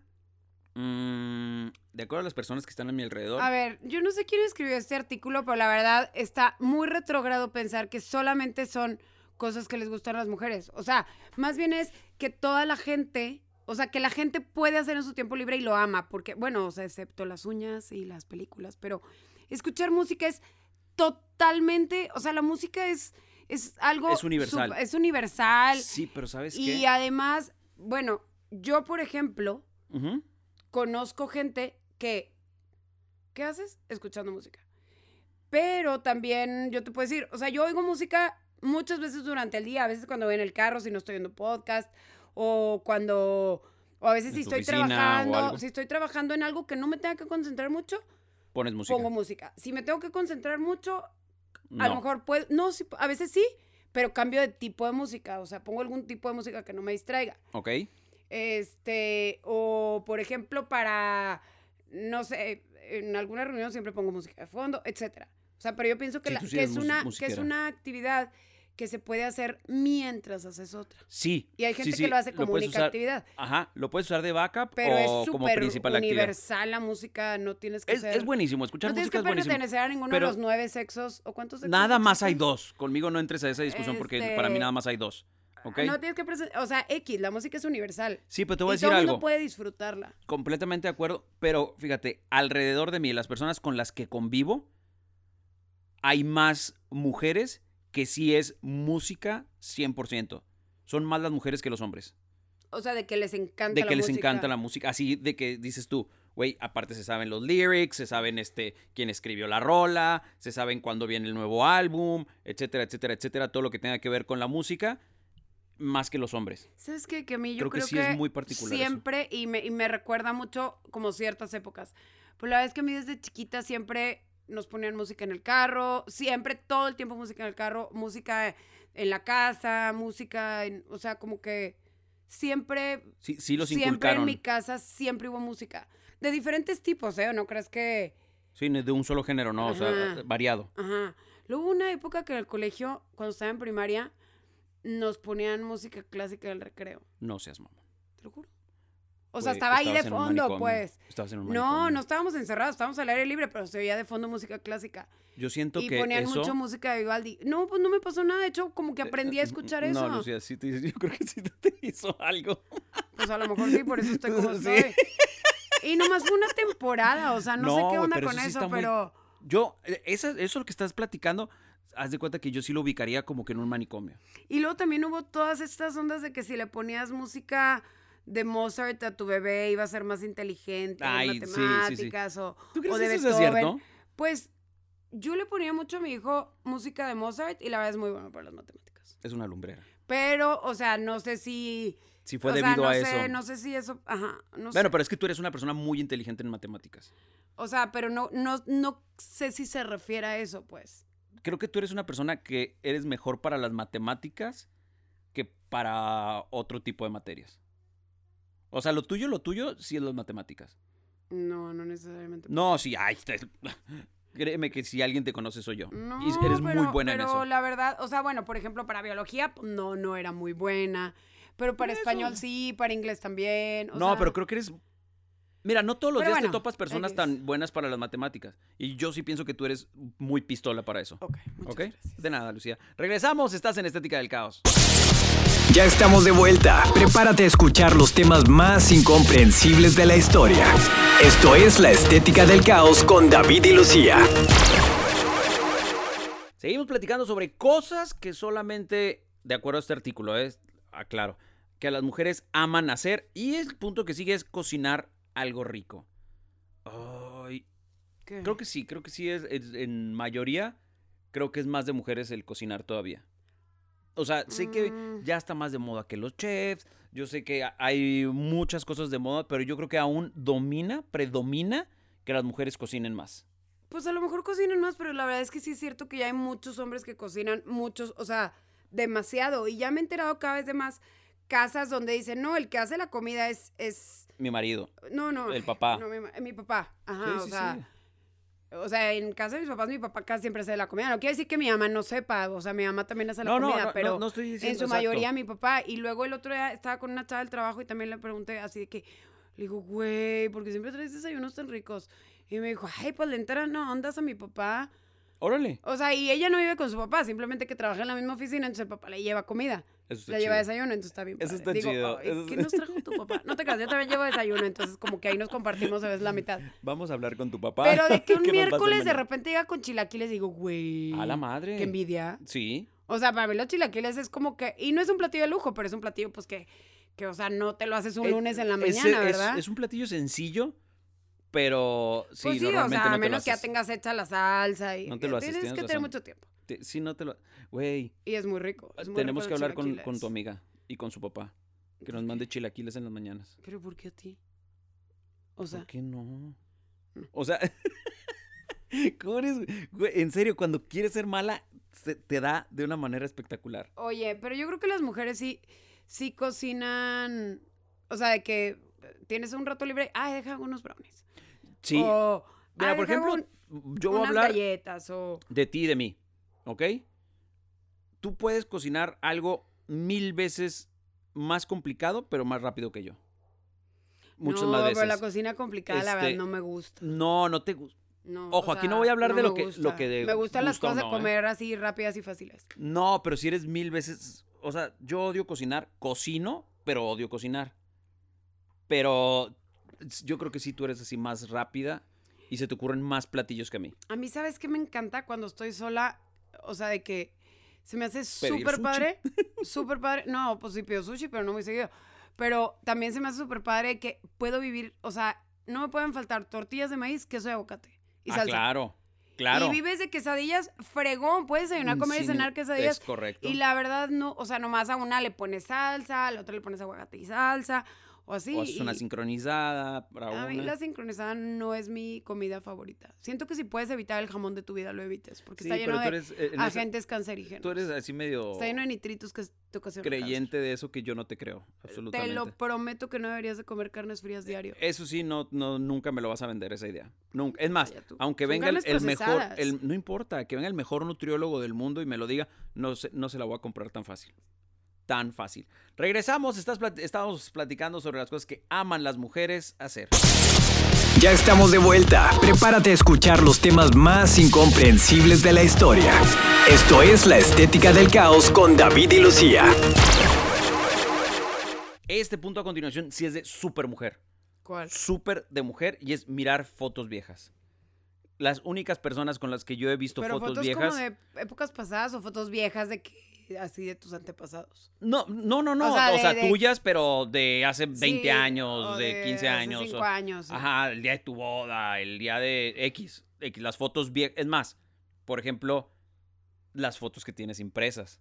Speaker 2: Mm, de acuerdo a las personas que están a mi alrededor.
Speaker 3: A ver, yo no sé quién escribió este artículo, pero la verdad está muy retrógrado pensar que solamente son cosas que les gustan a las mujeres. O sea, más bien es que toda la gente, o sea, que la gente puede hacer en su tiempo libre y lo ama, porque, bueno, o sea, excepto las uñas y las películas, pero escuchar música es totalmente, o sea, la música es, es algo...
Speaker 2: Es universal.
Speaker 3: sub- es universal.
Speaker 2: sí, pero ¿sabes
Speaker 3: Y
Speaker 2: qué?
Speaker 3: además, bueno, yo, por ejemplo,
Speaker 2: Ujú.
Speaker 3: conozco gente que, ¿qué haces? Escuchando música. Pero también yo te puedo decir, o sea, yo oigo música muchas veces durante el día, a veces cuando voy en el carro, si no estoy viendo podcast, o cuando, o a veces
Speaker 2: En
Speaker 3: si
Speaker 2: tu
Speaker 3: estoy
Speaker 2: oficina o
Speaker 3: trabajando,
Speaker 2: algo.
Speaker 3: si estoy trabajando en algo que no me tenga que concentrar mucho,
Speaker 2: Pones música.
Speaker 3: pongo música. Si me tengo que concentrar mucho, a
Speaker 2: No.
Speaker 3: lo mejor puedo, no, sí, a veces sí, pero cambio de tipo de música, o sea, pongo algún tipo de música que no me distraiga.
Speaker 2: Ok.
Speaker 3: Este, o por ejemplo, para, no sé, en alguna reunión siempre pongo música de fondo, etcétera. O sea, pero yo pienso que,
Speaker 2: Sí,
Speaker 3: la-
Speaker 2: tú sí
Speaker 3: que
Speaker 2: eres
Speaker 3: es
Speaker 2: mus-
Speaker 3: una, que es
Speaker 2: musiquera.
Speaker 3: una actividad que se puede hacer mientras haces otra.
Speaker 2: Sí.
Speaker 3: Y hay
Speaker 2: sí,
Speaker 3: gente
Speaker 2: sí,
Speaker 3: que lo hace como
Speaker 2: puedes
Speaker 3: única
Speaker 2: usar-
Speaker 3: actividad.
Speaker 2: Ajá, lo puedes usar de backup
Speaker 3: Pero
Speaker 2: o
Speaker 3: es
Speaker 2: como
Speaker 3: súper
Speaker 2: principal actividad.
Speaker 3: universal la música, no tienes que
Speaker 2: Es,
Speaker 3: ser...
Speaker 2: es buenísimo, escuchar
Speaker 3: no tienes
Speaker 2: música
Speaker 3: que
Speaker 2: es buenísimo.
Speaker 3: pertenecer a ninguno
Speaker 2: pero
Speaker 3: de los nueve sexos, ¿o cuántos sexos
Speaker 2: Nada más hay
Speaker 3: existen?
Speaker 2: dos. Conmigo no entres a esa discusión porque para mí
Speaker 3: Este,
Speaker 2: nada más hay dos. ¿Ok?
Speaker 3: Ah, No tienes que... presen- O sea, X, la música es universal.
Speaker 2: Sí, pero te voy a
Speaker 3: y
Speaker 2: decir
Speaker 3: todo el mundo
Speaker 2: algo.
Speaker 3: puede disfrutarla.
Speaker 2: Completamente de acuerdo, pero fíjate, alrededor de mí, las personas con las que convivo, hay más mujeres que sí es música 100%. Son más las mujeres que los hombres.
Speaker 3: O sea, de que les encanta
Speaker 2: de
Speaker 3: la
Speaker 2: que les
Speaker 3: música.
Speaker 2: encanta la música. Así de que dices tú, Güey, aparte se saben los lyrics, se saben este, quién escribió la rola, se saben cuándo viene el nuevo álbum, etcétera, etcétera, etcétera, todo lo que tenga que ver con la música, más que los hombres.
Speaker 3: ¿Sabes qué? Que a mí yo
Speaker 2: Creo
Speaker 3: creo,
Speaker 2: que sí es muy particular eso.
Speaker 3: Siempre, y me, y me recuerda mucho como ciertas épocas. Pues la verdad es que a mí desde chiquita siempre nos ponían música en el carro, siempre, todo el tiempo música en el carro, música en la casa, música, en- o sea, como que siempre
Speaker 2: Sí, sí los
Speaker 3: siempre en
Speaker 2: inculcaron.
Speaker 3: mi casa siempre hubo música. De diferentes tipos, ¿eh? ¿No crees que...?
Speaker 2: Sí, no es de un solo género, no, o
Speaker 3: Ajá.
Speaker 2: sea, variado.
Speaker 3: Ajá. Luego hubo una época que en el colegio, cuando estaba en primaria, nos ponían música clásica del recreo.
Speaker 2: No seas mamón.
Speaker 3: Te lo juro. O sea,
Speaker 2: Güey,
Speaker 3: estaba ahí de
Speaker 2: estabas en un
Speaker 3: fondo,
Speaker 2: manicomio.
Speaker 3: pues.
Speaker 2: Estabas en un
Speaker 3: No,
Speaker 2: manicomio.
Speaker 3: no estábamos encerrados, estábamos al aire libre, pero se oía de fondo música clásica.
Speaker 2: Yo siento
Speaker 3: Y
Speaker 2: que
Speaker 3: ponían
Speaker 2: eso...
Speaker 3: mucho música de Vivaldi. No, pues no me pasó nada. De hecho, como que aprendí a
Speaker 2: Eh,
Speaker 3: escuchar
Speaker 2: no,
Speaker 3: eso.
Speaker 2: No, Lucía, sí te, yo creo que sí te hizo algo.
Speaker 3: Pues a lo mejor sí, por eso estoy como
Speaker 2: Sí.
Speaker 3: estoy. Y nomás fue una temporada, o sea, no, sé
Speaker 2: No,
Speaker 3: qué
Speaker 2: güey,
Speaker 3: onda
Speaker 2: pero
Speaker 3: con
Speaker 2: eso sí
Speaker 3: eso,
Speaker 2: está muy-
Speaker 3: pero...
Speaker 2: Yo, eh, esa, eso lo que estás platicando, haz de cuenta que yo sí lo ubicaría como que en un manicomio.
Speaker 3: Y luego también hubo todas estas ondas de que si le ponías música de Mozart a tu bebé iba a ser más inteligente, en
Speaker 2: Ay, sí, sí, sí.
Speaker 3: matemáticas o,
Speaker 2: ¿Tú crees
Speaker 3: o de
Speaker 2: que eso sea
Speaker 3: Beethoven.
Speaker 2: cierto?
Speaker 3: Pues yo le ponía mucho a mi hijo música de Mozart y la verdad es muy bueno para las matemáticas.
Speaker 2: Es una lumbrera.
Speaker 3: Pero, o sea, no sé si...
Speaker 2: Si fue
Speaker 3: o sea,
Speaker 2: debido
Speaker 3: no
Speaker 2: a
Speaker 3: sé,
Speaker 2: eso.
Speaker 3: No sé si eso... Ajá, no
Speaker 2: bueno,
Speaker 3: sé.
Speaker 2: pero es que tú eres una persona muy inteligente en matemáticas.
Speaker 3: O sea, pero no, no, no sé si se refiere a eso, pues.
Speaker 2: Creo que tú eres una persona que eres mejor para las matemáticas que para otro tipo de materias. O sea, lo tuyo, lo tuyo sí es las matemáticas.
Speaker 3: No, no necesariamente.
Speaker 2: No, sí, ay, te- créeme que si alguien te conoce soy yo.
Speaker 3: No,
Speaker 2: y eres muy
Speaker 3: pero-
Speaker 2: buena
Speaker 3: pero
Speaker 2: en eso.
Speaker 3: la verdad, o sea, bueno, por ejemplo, para biología, pues, no, no era muy buena. Pero para
Speaker 2: Por
Speaker 3: español
Speaker 2: eso.
Speaker 3: sí, para inglés también. o
Speaker 2: No,
Speaker 3: sea,
Speaker 2: pero creo que eres. Mira, no todos los
Speaker 3: Pero
Speaker 2: días te
Speaker 3: bueno,
Speaker 2: topas personas
Speaker 3: X.
Speaker 2: tan buenas para las matemáticas. Y yo sí pienso que tú eres muy pistola para eso.
Speaker 3: Ok, muchas
Speaker 2: ¿Ok?
Speaker 3: gracias.
Speaker 2: De nada, Lucía. Regresamos, estás en Estética del Caos.
Speaker 1: Ya estamos de vuelta. Prepárate a escuchar los temas más incomprensibles de la historia. Esto es La Estética del Caos con David y Lucía.
Speaker 2: Seguimos platicando sobre cosas que solamente, de acuerdo a este artículo, es aclaro, que las mujeres aman hacer. Y el punto que sigue es cocinar algo rico. Ay,
Speaker 3: ¿Qué?
Speaker 2: creo que sí, creo que sí es, es- en mayoría, creo que es más de mujeres el cocinar todavía. O sea, sé que
Speaker 3: Mm.
Speaker 2: ya está más de moda que los chefs, yo sé que a- hay muchas cosas de moda, pero yo creo que aún domina, predomina que las mujeres cocinen más.
Speaker 3: Pues a lo mejor cocinan más, pero la verdad es que sí es cierto que ya hay muchos hombres que cocinan, muchos, o sea, demasiado. Y ya me he enterado cada vez de más casas donde dicen, no, el que hace la comida es, es,
Speaker 2: Mi marido.
Speaker 3: no, no.
Speaker 2: El papá.
Speaker 3: no, mi, ma- mi papá, ajá,
Speaker 2: Sí,
Speaker 3: Ah, o
Speaker 2: sí,
Speaker 3: sea.
Speaker 2: sí.
Speaker 3: O sea, en casa de mis papás, mi papá casi siempre hace la comida. No quiere decir que mi mamá no sepa, o sea, mi mamá también hace la
Speaker 2: No, no,
Speaker 3: comida,
Speaker 2: no,
Speaker 3: pero
Speaker 2: no, no estoy diciendo
Speaker 3: en su
Speaker 2: exacto.
Speaker 3: mayoría mi papá. Y luego el otro día estaba con una chava del trabajo y también le pregunté así de que, le digo, güey, porque siempre traes desayunos tan ricos. Y me dijo, ay, pues le entran no andas a mi papá.
Speaker 2: Órale.
Speaker 3: O sea, y ella no vive con su papá, simplemente que trabaja en la misma oficina, entonces el papá le lleva comida.
Speaker 2: Eso está
Speaker 3: le lleva
Speaker 2: chido.
Speaker 3: desayuno, entonces está bien.
Speaker 2: Eso
Speaker 3: padre.
Speaker 2: está
Speaker 3: Digo,
Speaker 2: chido,
Speaker 3: "Ay,
Speaker 2: eso
Speaker 3: ¿Qué
Speaker 2: está-
Speaker 3: nos trajo tu papá? No te creas, yo también llevo desayuno, entonces como que ahí nos compartimos a veces la mitad.
Speaker 2: Vamos a hablar con tu papá.
Speaker 3: Pero de que un
Speaker 2: nos pase el
Speaker 3: miércoles de
Speaker 2: menú.
Speaker 3: repente llega con chilaquiles, digo, güey.
Speaker 2: A la madre.
Speaker 3: Qué envidia.
Speaker 2: Sí.
Speaker 3: O sea, para mí los chilaquiles es como que. Y no es un platillo de lujo, pero es un platillo, pues que. Que, o sea, no te lo haces un
Speaker 2: Eh,
Speaker 3: lunes en la
Speaker 2: ese
Speaker 3: mañana,
Speaker 2: es-
Speaker 3: ¿verdad?
Speaker 2: Es, un platillo sencillo, pero sí,
Speaker 3: pues sí, o
Speaker 2: normalmente
Speaker 3: sea,
Speaker 2: no
Speaker 3: a
Speaker 2: te lo
Speaker 3: menos que ya
Speaker 2: haces.
Speaker 3: tengas hecha la salsa y.
Speaker 2: No te lo haces,
Speaker 3: Tienes
Speaker 2: tienes
Speaker 3: que tener
Speaker 2: razón.
Speaker 3: mucho tiempo.
Speaker 2: Te- sí, no te lo... Güey,
Speaker 3: Y es muy rico. es muy
Speaker 2: tenemos
Speaker 3: rico
Speaker 2: que
Speaker 3: los
Speaker 2: hablar con,
Speaker 3: Pues, chilaquiles.
Speaker 2: con tu amiga y con su papá. Que nos mande chilaquiles en las mañanas.
Speaker 3: Pero ¿por qué a ti? O sea, Mm.
Speaker 2: ¿Por qué no? O sea, ¿cómo eres? güey? en serio, cuando quieres ser mala, se- te da de una manera espectacular.
Speaker 3: oye, pero yo creo que las mujeres sí. Sí cocinan. O sea, de que tienes un rato libre. Ay, deja unos brownies.
Speaker 2: Sí.
Speaker 3: O,
Speaker 2: Mira,
Speaker 3: "Ay,
Speaker 2: por
Speaker 3: deja
Speaker 2: ejemplo,
Speaker 3: un-
Speaker 2: yo voy a
Speaker 3: unas
Speaker 2: hablar
Speaker 3: galletas o
Speaker 2: de ti y de mí, ¿ok? Tú puedes cocinar algo mil veces más complicado, pero más rápido que yo. Muchas
Speaker 3: no,
Speaker 2: más
Speaker 3: pero
Speaker 2: veces.
Speaker 3: la cocina complicada la verdad
Speaker 2: Este,
Speaker 3: no me gusta.
Speaker 2: No, no te gusta.
Speaker 3: No,
Speaker 2: ojo,
Speaker 3: o
Speaker 2: aquí no
Speaker 3: sea,
Speaker 2: voy a hablar de
Speaker 3: me
Speaker 2: lo que-
Speaker 3: gusta.
Speaker 2: lo que de-
Speaker 3: me gustan las
Speaker 2: gusta o
Speaker 3: cosas
Speaker 2: no,
Speaker 3: de
Speaker 2: ¿eh?
Speaker 3: comer así rápidas y fáciles.
Speaker 2: No, pero si eres mil veces. O sea, yo odio cocinar, cocino, pero odio cocinar. Pero yo creo que sí tú eres así más rápida y se te ocurren más platillos que a mí.
Speaker 3: A mí sabes que me encanta cuando estoy sola, o sea, de que se me hace
Speaker 2: Pedir
Speaker 3: súper
Speaker 2: sushi.
Speaker 3: padre, súper padre. No, pues sí pido sushi, pero no muy seguido. Pero también se me hace súper padre que puedo vivir, o sea, no me pueden faltar tortillas de maíz, queso de aguacate y
Speaker 2: ah,
Speaker 3: salsa.
Speaker 2: claro, claro. Mm,
Speaker 3: Y vives de quesadillas, fregón, puedes desayunar, comer y
Speaker 2: Sin-
Speaker 3: cenar quesadillas.
Speaker 2: Es correcto.
Speaker 3: Y la verdad, no, o sea, nomás a una le pones salsa, a la otra le pones aguacate y salsa, o así.
Speaker 2: o haces una
Speaker 3: y-
Speaker 2: sincronizada para
Speaker 3: a mí
Speaker 2: una.
Speaker 3: la sincronizada no es mi comida favorita. Siento que si puedes evitar el jamón de tu vida, lo evites, porque
Speaker 2: Sí,
Speaker 3: está
Speaker 2: pero
Speaker 3: lleno
Speaker 2: tú
Speaker 3: de
Speaker 2: eres, eh, en esa-
Speaker 3: agentes cancerígenos.
Speaker 2: tú eres así medio
Speaker 3: está lleno de nitritos que te ocasionan
Speaker 2: creyente de eso que yo no te creo,
Speaker 3: cáncer. Te
Speaker 2: absolutamente.
Speaker 3: lo prometo que no deberías de comer carnes frías diario.
Speaker 2: Eso sí, no, no, nunca me lo vas a vender esa idea. Nunca. Es más,
Speaker 3: Vaya tú.
Speaker 2: aunque
Speaker 3: Son
Speaker 2: venga el,
Speaker 3: carnes
Speaker 2: el mejor,
Speaker 3: procesadas.
Speaker 2: el- no importa, que venga el mejor nutriólogo del mundo y me lo diga, no se, no se la voy a comprar tan fácil. Tan fácil. Regresamos, estás plat- estábamos platicando sobre las cosas que aman las mujeres hacer.
Speaker 1: Ya estamos de vuelta. Prepárate a escuchar los temas más incomprensibles de la historia. Esto es La Estética del Caos con David y Lucía.
Speaker 2: Este punto a continuación sí es de super mujer.
Speaker 3: ¿Cuál?
Speaker 2: Súper de mujer y es mirar fotos viejas. Las únicas personas con las que yo he visto
Speaker 3: Pero
Speaker 2: fotos,
Speaker 3: fotos
Speaker 2: viejas.
Speaker 3: como de épocas pasadas o fotos viejas de que así de tus antepasados.
Speaker 2: No, no, no, no. O
Speaker 3: O
Speaker 2: sea,
Speaker 3: sea, de- de-
Speaker 2: tuyas, pero de hace 20
Speaker 3: Sí,
Speaker 2: años,
Speaker 3: o
Speaker 2: de, 15
Speaker 3: hace
Speaker 2: años.
Speaker 3: cinco
Speaker 2: o-
Speaker 3: años. sí.
Speaker 2: Ajá, el día de tu boda, el día de X, X, las fotos viejas. Es más, por ejemplo, las fotos que tienes impresas.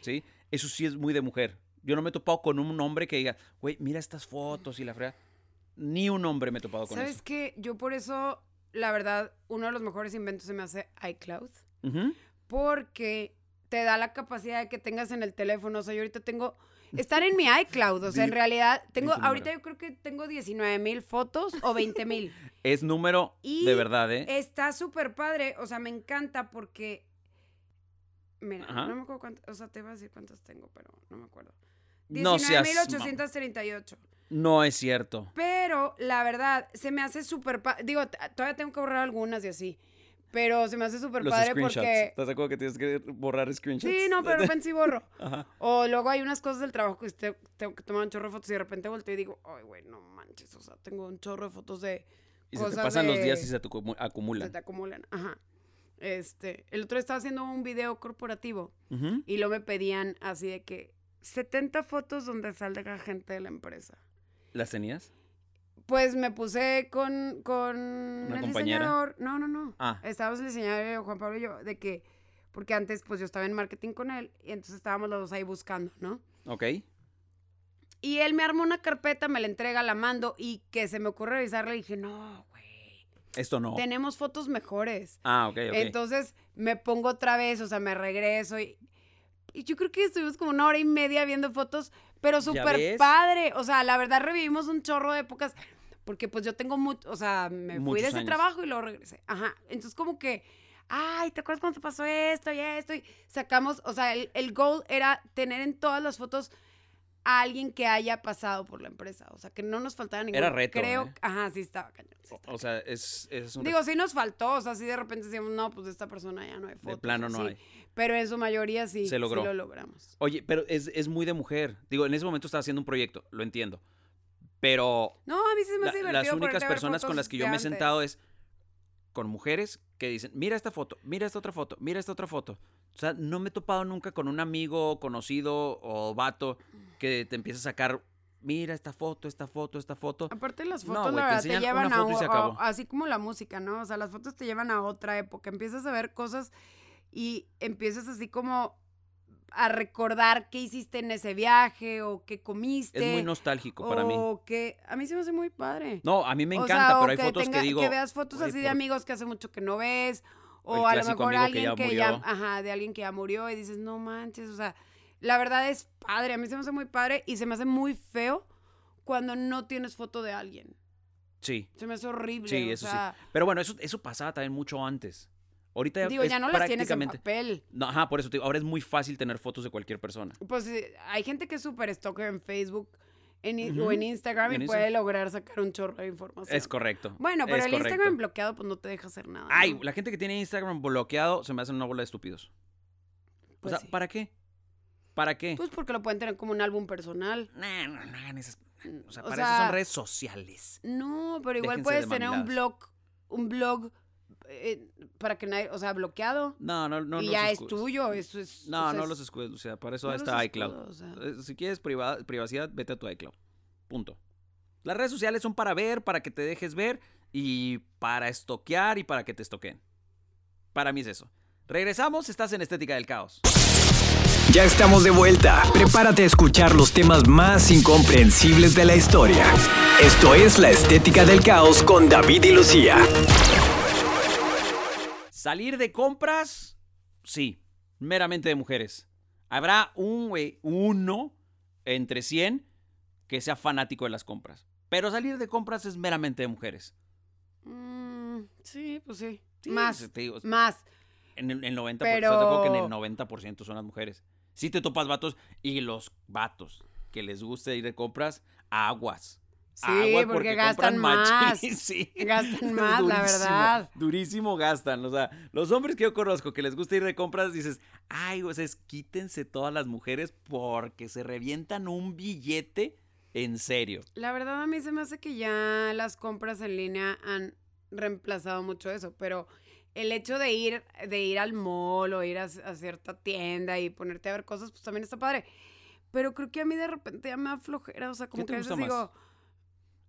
Speaker 2: ¿Sí? Eso sí es muy de mujer. Yo no me he topado con un hombre que diga, güey, mira estas fotos y la fregada. Ni un hombre me he topado con
Speaker 3: ¿Sabes
Speaker 2: eso.
Speaker 3: qué? Yo por eso, la verdad, uno de los mejores inventos se me hace iCloud.
Speaker 2: Ujú.
Speaker 3: Porque te da la capacidad de que tengas en el teléfono. O sea, yo ahorita tengo. Estar en mi iCloud. O sea,
Speaker 2: Di-
Speaker 3: en realidad, tengo.
Speaker 2: tu número.
Speaker 3: Ahorita yo creo que tengo 19 mil fotos o 20 mil.
Speaker 2: Es número
Speaker 3: Y
Speaker 2: de verdad, ¿eh?
Speaker 3: Está súper padre. O sea, me encanta porque. Mira,
Speaker 2: Ajá.
Speaker 3: no me acuerdo cuántas. O sea, te iba a decir cuántas tengo, pero no me acuerdo.
Speaker 2: No seas mam-
Speaker 3: 19.838.
Speaker 2: No es cierto.
Speaker 3: Pero la verdad, se me hace súper padre. Digo, t- todavía tengo que borrar algunas y así. Pero se me hace súper
Speaker 2: Los
Speaker 3: padre
Speaker 2: screenshots.
Speaker 3: porque.
Speaker 2: ¿Estás de acuerdo que tienes que borrar screenshots?
Speaker 3: Sí, no, pero de repente sí borro.
Speaker 2: Ajá.
Speaker 3: O luego hay unas cosas del trabajo que te- tengo que tomar un chorro de fotos y de repente volteo y digo, ay, güey, no manches, o sea, tengo un chorro de fotos de
Speaker 2: Y se te
Speaker 3: Cosas
Speaker 2: pasan los
Speaker 3: de-
Speaker 2: días y se te acumu-
Speaker 3: que
Speaker 2: acumulan.
Speaker 3: te acumulan. Ajá. Este, el otro día estaba haciendo un video corporativo
Speaker 2: Ujú.
Speaker 3: y luego me pedían así de que 70 fotos donde salga gente de la empresa.
Speaker 2: ¿Las tenías?
Speaker 3: Pues me puse con, con el
Speaker 2: compañera?
Speaker 3: diseñador. No, no, no.
Speaker 2: Ah.
Speaker 3: Estábamos el diseñador Juan Pablo y yo, de que, porque antes pues yo estaba en marketing con él y entonces estábamos los dos ahí buscando, ¿no?
Speaker 2: Ok.
Speaker 3: Y él me armó una carpeta, me la entrega, la mando y que se me ocurre revisarla y dije, no, güey,
Speaker 2: Esto no.
Speaker 3: tenemos fotos mejores.
Speaker 2: Ah, ok, ok.
Speaker 3: Entonces me pongo otra vez, o sea, me regreso y, y yo creo que estuvimos como una hora y media viendo fotos, pero súper
Speaker 2: ves?
Speaker 3: padre. O sea, la verdad revivimos un chorro de épocas porque pues yo tengo mucho, o sea, me fui
Speaker 2: Muchos
Speaker 3: de ese
Speaker 2: años.
Speaker 3: trabajo y luego regresé. Ajá, entonces como que, ay, ¿te acuerdas cuando te pasó esto y esto? Y sacamos, o sea, el, el goal era tener en todas las fotos a alguien que haya pasado por la empresa, o sea, que no nos faltaba ningún.
Speaker 2: Era reto,
Speaker 3: Creo,
Speaker 2: ¿eh?
Speaker 3: ajá, sí estaba cañón. sí estaba
Speaker 2: o sea, es, es un...
Speaker 3: Digo, sí nos faltó, o sea, sí de repente decíamos, no, pues de esta persona ya no hay fotos.
Speaker 2: plano no
Speaker 3: sí.
Speaker 2: hay.
Speaker 3: Pero en su mayoría sí,
Speaker 2: Se
Speaker 3: sí
Speaker 2: logró.
Speaker 3: lo logramos.
Speaker 2: Oye, pero es, es muy de mujer. Digo, en ese momento estaba haciendo un proyecto, lo entiendo. Pero
Speaker 3: No, a mí sí me
Speaker 2: la-
Speaker 3: hace divertido
Speaker 2: las
Speaker 3: ponerte
Speaker 2: únicas
Speaker 3: a ver
Speaker 2: personas con
Speaker 3: fotos
Speaker 2: las que
Speaker 3: de
Speaker 2: yo me he
Speaker 3: antes.
Speaker 2: sentado es con mujeres que dicen, mira esta foto, mira esta otra foto, mira esta otra foto. O sea, no me he topado nunca con un amigo, conocido o vato que te empieza a sacar, mira esta foto, esta foto, esta foto.
Speaker 3: Aparte las
Speaker 2: No,
Speaker 3: fotos,
Speaker 2: güey,
Speaker 3: la
Speaker 2: te
Speaker 3: verdad, te,
Speaker 2: enseñan
Speaker 3: llevan
Speaker 2: una
Speaker 3: a,
Speaker 2: foto y se
Speaker 3: o-
Speaker 2: acabó.
Speaker 3: así como la música, ¿no? O sea, las fotos te llevan a otra época. Empiezas a ver cosas y empiezas así como a recordar qué hiciste en ese viaje o qué comiste.
Speaker 2: Es muy nostálgico para mí.
Speaker 3: Este, O que a mí se me hace muy padre.
Speaker 2: No, a mí me
Speaker 3: O
Speaker 2: encanta,
Speaker 3: sea, o
Speaker 2: pero hay
Speaker 3: que
Speaker 2: fotos
Speaker 3: tenga-
Speaker 2: que digo...
Speaker 3: veas fotos
Speaker 2: "Güey,
Speaker 3: así de
Speaker 2: ¿por
Speaker 3: amigos que hace mucho que no ves.
Speaker 2: El
Speaker 3: O a lo
Speaker 2: clásico
Speaker 3: mejor
Speaker 2: amigo que ya
Speaker 3: alguien que, ya,
Speaker 2: murió.
Speaker 3: ajá, de alguien que ya murió y dices, no manches, o sea, la verdad es padre, a mí se me hace muy padre y se me hace muy feo cuando no tienes foto de alguien.
Speaker 2: Sí,
Speaker 3: Se me hace horrible,
Speaker 2: sí,
Speaker 3: o
Speaker 2: eso
Speaker 3: sea,
Speaker 2: sí. Pero bueno, eso, eso pasaba también mucho antes. Ahorita ya
Speaker 3: digo,
Speaker 2: es
Speaker 3: ya no las tienes en
Speaker 2: prácticamente...
Speaker 3: papel.
Speaker 2: No, ajá, por eso te digo, ahora es muy fácil tener fotos de cualquier persona.
Speaker 3: Pues eh, hay gente que es súper stalker en Facebook en i-
Speaker 2: Ujú,
Speaker 3: o en Instagram
Speaker 2: en
Speaker 3: y puede lograr sacar un chorro de información.
Speaker 2: Es correcto.
Speaker 3: Bueno, pero
Speaker 2: es
Speaker 3: el
Speaker 2: correcto.
Speaker 3: Instagram bloqueado pues no te deja hacer nada.
Speaker 2: Ay,
Speaker 3: ¿no?
Speaker 2: la gente que tiene Instagram bloqueado se me hacen una bola de estúpidos. o
Speaker 3: Pues
Speaker 2: sea,
Speaker 3: sí.
Speaker 2: ¿para qué? ¿Para qué?
Speaker 3: Pues porque lo pueden tener como un álbum personal.
Speaker 2: Nah, nah, nah, en esas- o sea,
Speaker 3: O
Speaker 2: para eso
Speaker 3: sea,
Speaker 2: son redes sociales.
Speaker 3: No, pero igual
Speaker 2: Déjense de
Speaker 3: puedes tener un blog, un blog eh, para que nadie, o sea, bloqueado.
Speaker 2: No, no, no.
Speaker 3: y
Speaker 2: los
Speaker 3: ya es
Speaker 2: escudes.
Speaker 3: tuyo, eso es.
Speaker 2: No,
Speaker 3: o sea,
Speaker 2: no
Speaker 3: es-
Speaker 2: los escudes, o sea, para eso
Speaker 3: no los
Speaker 2: está iCloud.
Speaker 3: escudo, o sea.
Speaker 2: Eh, Si quieres priva- privacidad, vete a tu iCloud. Punto. Las redes sociales son para ver, para que te dejes ver y para estoquear y para que te estoquen. Para mí es eso. Regresamos, estás en Estética del Caos.
Speaker 1: Ya estamos de vuelta. Prepárate a escuchar los temas más incomprensibles de la historia. Esto es La Estética del Caos con David y Lucía.
Speaker 2: Salir de compras, sí, meramente de mujeres. Habrá un güey, uno entre 100 que sea fanático de las compras. Pero salir de compras es meramente de mujeres.
Speaker 3: Mm, sí, pues sí.
Speaker 2: Eh. Sí,
Speaker 3: más,
Speaker 2: te digo,
Speaker 3: más.
Speaker 2: En el, en 90%,
Speaker 3: Pero-
Speaker 2: estás de acuerdo que en el 90% son las mujeres. Si te topas vatos y los vatos que les gusta ir de compras, aguas.
Speaker 3: Sí,
Speaker 2: Agua
Speaker 3: porque, gastan más.
Speaker 2: machín, sí.
Speaker 3: Gastan más, la
Speaker 2: Durísimo,
Speaker 3: verdad.
Speaker 2: Durísimo gastan. O sea, los hombres que yo conozco que les gusta ir de compras, dices, ay, o sea, es quítense todas las mujeres porque se revientan un billete en serio.
Speaker 3: La verdad a mí se me hace que ya las compras en línea han reemplazado mucho eso, pero el hecho de ir, de ir al mall o ir a, a cierta tienda y ponerte a ver cosas, pues también está padre. Pero creo que a mí de repente ya me da flojera, o sea, como
Speaker 2: ¿Qué te
Speaker 3: que a veces
Speaker 2: gusta más?
Speaker 3: digo,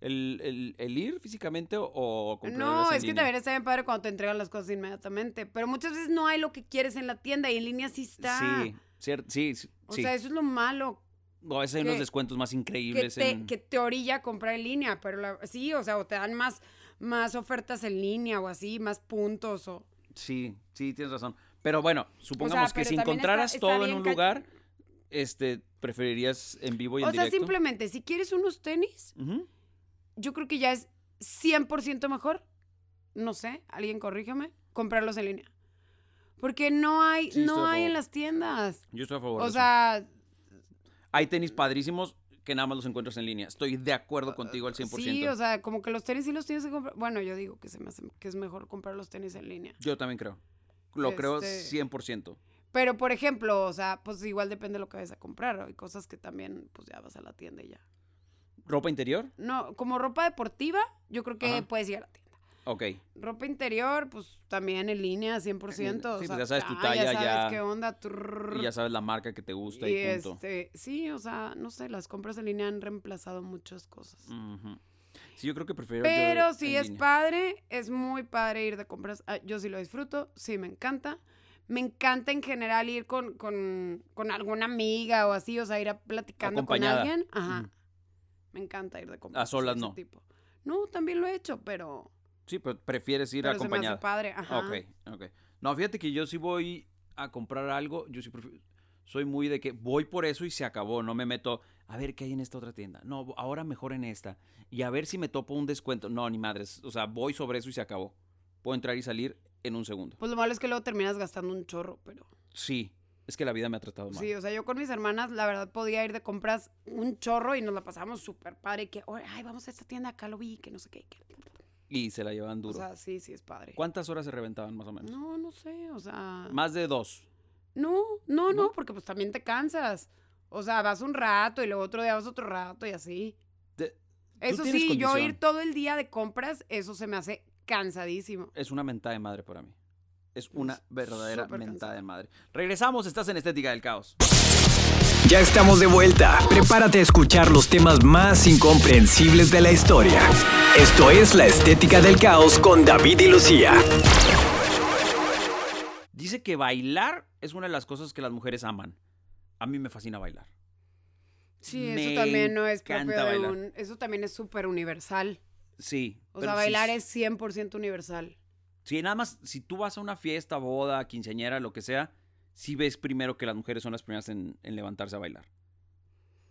Speaker 2: ¿El, el- el ir físicamente o, o comprar
Speaker 3: no,
Speaker 2: en
Speaker 3: es que
Speaker 2: línea?
Speaker 3: también está bien padre cuando te entregan las cosas inmediatamente, pero muchas veces no hay lo que quieres en la tienda y en línea sí está.
Speaker 2: Sí, cier- sí, sí.
Speaker 3: O sea, eso es lo malo,
Speaker 2: No, ese hay unos
Speaker 3: que-
Speaker 2: descuentos más
Speaker 3: que
Speaker 2: increíbles
Speaker 3: te,
Speaker 2: en...
Speaker 3: que te orilla a comprar en línea, pero la- sí, o sea, o te dan más, más ofertas en línea o así, más puntos o...
Speaker 2: Sí, sí, tienes razón. Pero bueno, supongamos que
Speaker 3: pero
Speaker 2: si
Speaker 3: también está-
Speaker 2: encontraras
Speaker 3: está
Speaker 2: todo en
Speaker 3: bien
Speaker 2: un
Speaker 3: ca-
Speaker 2: lugar, este, preferirías en vivo y en
Speaker 3: O sea,
Speaker 2: directo.
Speaker 3: simplemente, si quieres unos tenis,
Speaker 2: Ujú.
Speaker 3: yo creo que ya es 100% mejor, no sé, alguien corrígeme, comprarlos en línea. Porque no hay,
Speaker 2: Sí, estoy
Speaker 3: no
Speaker 2: a
Speaker 3: hay en
Speaker 2: favor.
Speaker 3: las tiendas.
Speaker 2: Yo estoy a favor. de
Speaker 3: O
Speaker 2: eso.
Speaker 3: sea,
Speaker 2: Hay tenis padrísimos que nada más los encuentras en línea. Estoy de acuerdo contigo al 100%.
Speaker 3: Ah, sí, o sea, como que los tenis sí los tienes que comprar. Bueno, yo digo que se me hace que es mejor comprar los tenis en línea.
Speaker 2: Yo también creo. Lo creo
Speaker 3: Este-
Speaker 2: 100%.
Speaker 3: Pero, por ejemplo, o sea, pues igual depende de lo que vayas a comprar. Hay cosas que también, pues ya vas a la tienda y ya.
Speaker 2: ¿Ropa interior?
Speaker 3: No, como ropa deportiva, yo creo que
Speaker 2: Ajá.
Speaker 3: puedes ir a la tienda.
Speaker 2: Ok.
Speaker 3: Ropa interior, pues también en línea, 100%. o
Speaker 2: Sí,
Speaker 3: sea,
Speaker 2: pues, ya sabes tu talla,
Speaker 3: Ya sabes
Speaker 2: ya-
Speaker 3: qué onda. trrr,
Speaker 2: Y ya sabes la marca que te gusta y,
Speaker 3: y
Speaker 2: punto.
Speaker 3: este, sí, o sea, no sé, las compras en línea han reemplazado muchas cosas.
Speaker 2: Ujú. Sí, yo creo que prefiero... yo
Speaker 3: Pero
Speaker 2: en
Speaker 3: sí es
Speaker 2: línea.
Speaker 3: padre, es muy padre ir de compras. Ah, Yo sí lo disfruto, sí me encanta. Me encanta en general ir con, con, con alguna amiga o así, o sea, ir a platicando
Speaker 2: Acompañada.
Speaker 3: con alguien. Ajá.
Speaker 2: Ujú.
Speaker 3: Me encanta ir de compras.
Speaker 2: A solas
Speaker 3: de ese
Speaker 2: no.
Speaker 3: tipo. No, también lo he hecho, pero,
Speaker 2: Sí, pero prefieres ir
Speaker 3: pero se me hace
Speaker 2: acompañada.
Speaker 3: padre. Ajá.
Speaker 2: Ok, ok. No, fíjate que yo sí voy a comprar algo, yo sí prefi- soy muy de que voy por eso y se acabó, no me meto a ver qué hay en esta otra tienda. No, bo- ahora mejor en esta. Y a ver si me topo un descuento. No, ni madres. O sea, voy sobre eso y se acabó. Puedo entrar y salir en un segundo.
Speaker 3: Pues lo malo es que luego terminas gastando un chorro, pero.
Speaker 2: Sí, es que la vida me ha tratado mal.
Speaker 3: Sí, o sea, yo con mis hermanas, la verdad, podía ir de compras un chorro y nos la pasamos súper padre. Que, "Oye, ay, vamos a esta tienda, acá lo vi, que no sé qué. que-".
Speaker 2: Y se la llevan duro.
Speaker 3: O sea, sí, sí, es padre.
Speaker 2: ¿Cuántas horas se reventaban más o menos?
Speaker 3: No, no sé, o sea.
Speaker 2: Más de dos.
Speaker 3: No, no, no,
Speaker 2: ¿No?
Speaker 3: porque pues también te cansas. O sea, vas un rato y luego otro día vas otro rato y así.
Speaker 2: Te-
Speaker 3: Eso
Speaker 2: tienes
Speaker 3: sí, yo
Speaker 2: condición.
Speaker 3: ir todo el día de compras, eso se me hace cansadísimo.
Speaker 2: Es una mentada de madre para mí. Es una verdadera
Speaker 3: Pues, súper
Speaker 2: mentada
Speaker 3: cansada.
Speaker 2: de madre. Regresamos, estás en Estética del Caos.
Speaker 1: Ya estamos de vuelta. Prepárate a escuchar los temas más incomprensibles de la historia. Esto es La Estética del Caos con David y Lucía.
Speaker 2: Dice que bailar es una de las cosas que las mujeres aman. A mí me fascina bailar.
Speaker 3: Sí,
Speaker 2: Me
Speaker 3: eso también no es propio
Speaker 2: encanta
Speaker 3: de
Speaker 2: bailar.
Speaker 3: un. Eso también es súper universal.
Speaker 2: Sí.
Speaker 3: O
Speaker 2: pero
Speaker 3: sea,
Speaker 2: si-
Speaker 3: bailar es 100% universal.
Speaker 2: Sí, nada más, si tú vas a una fiesta, boda, quinceañera, lo que sea, sí ves primero que las mujeres son las primeras en, en levantarse a bailar.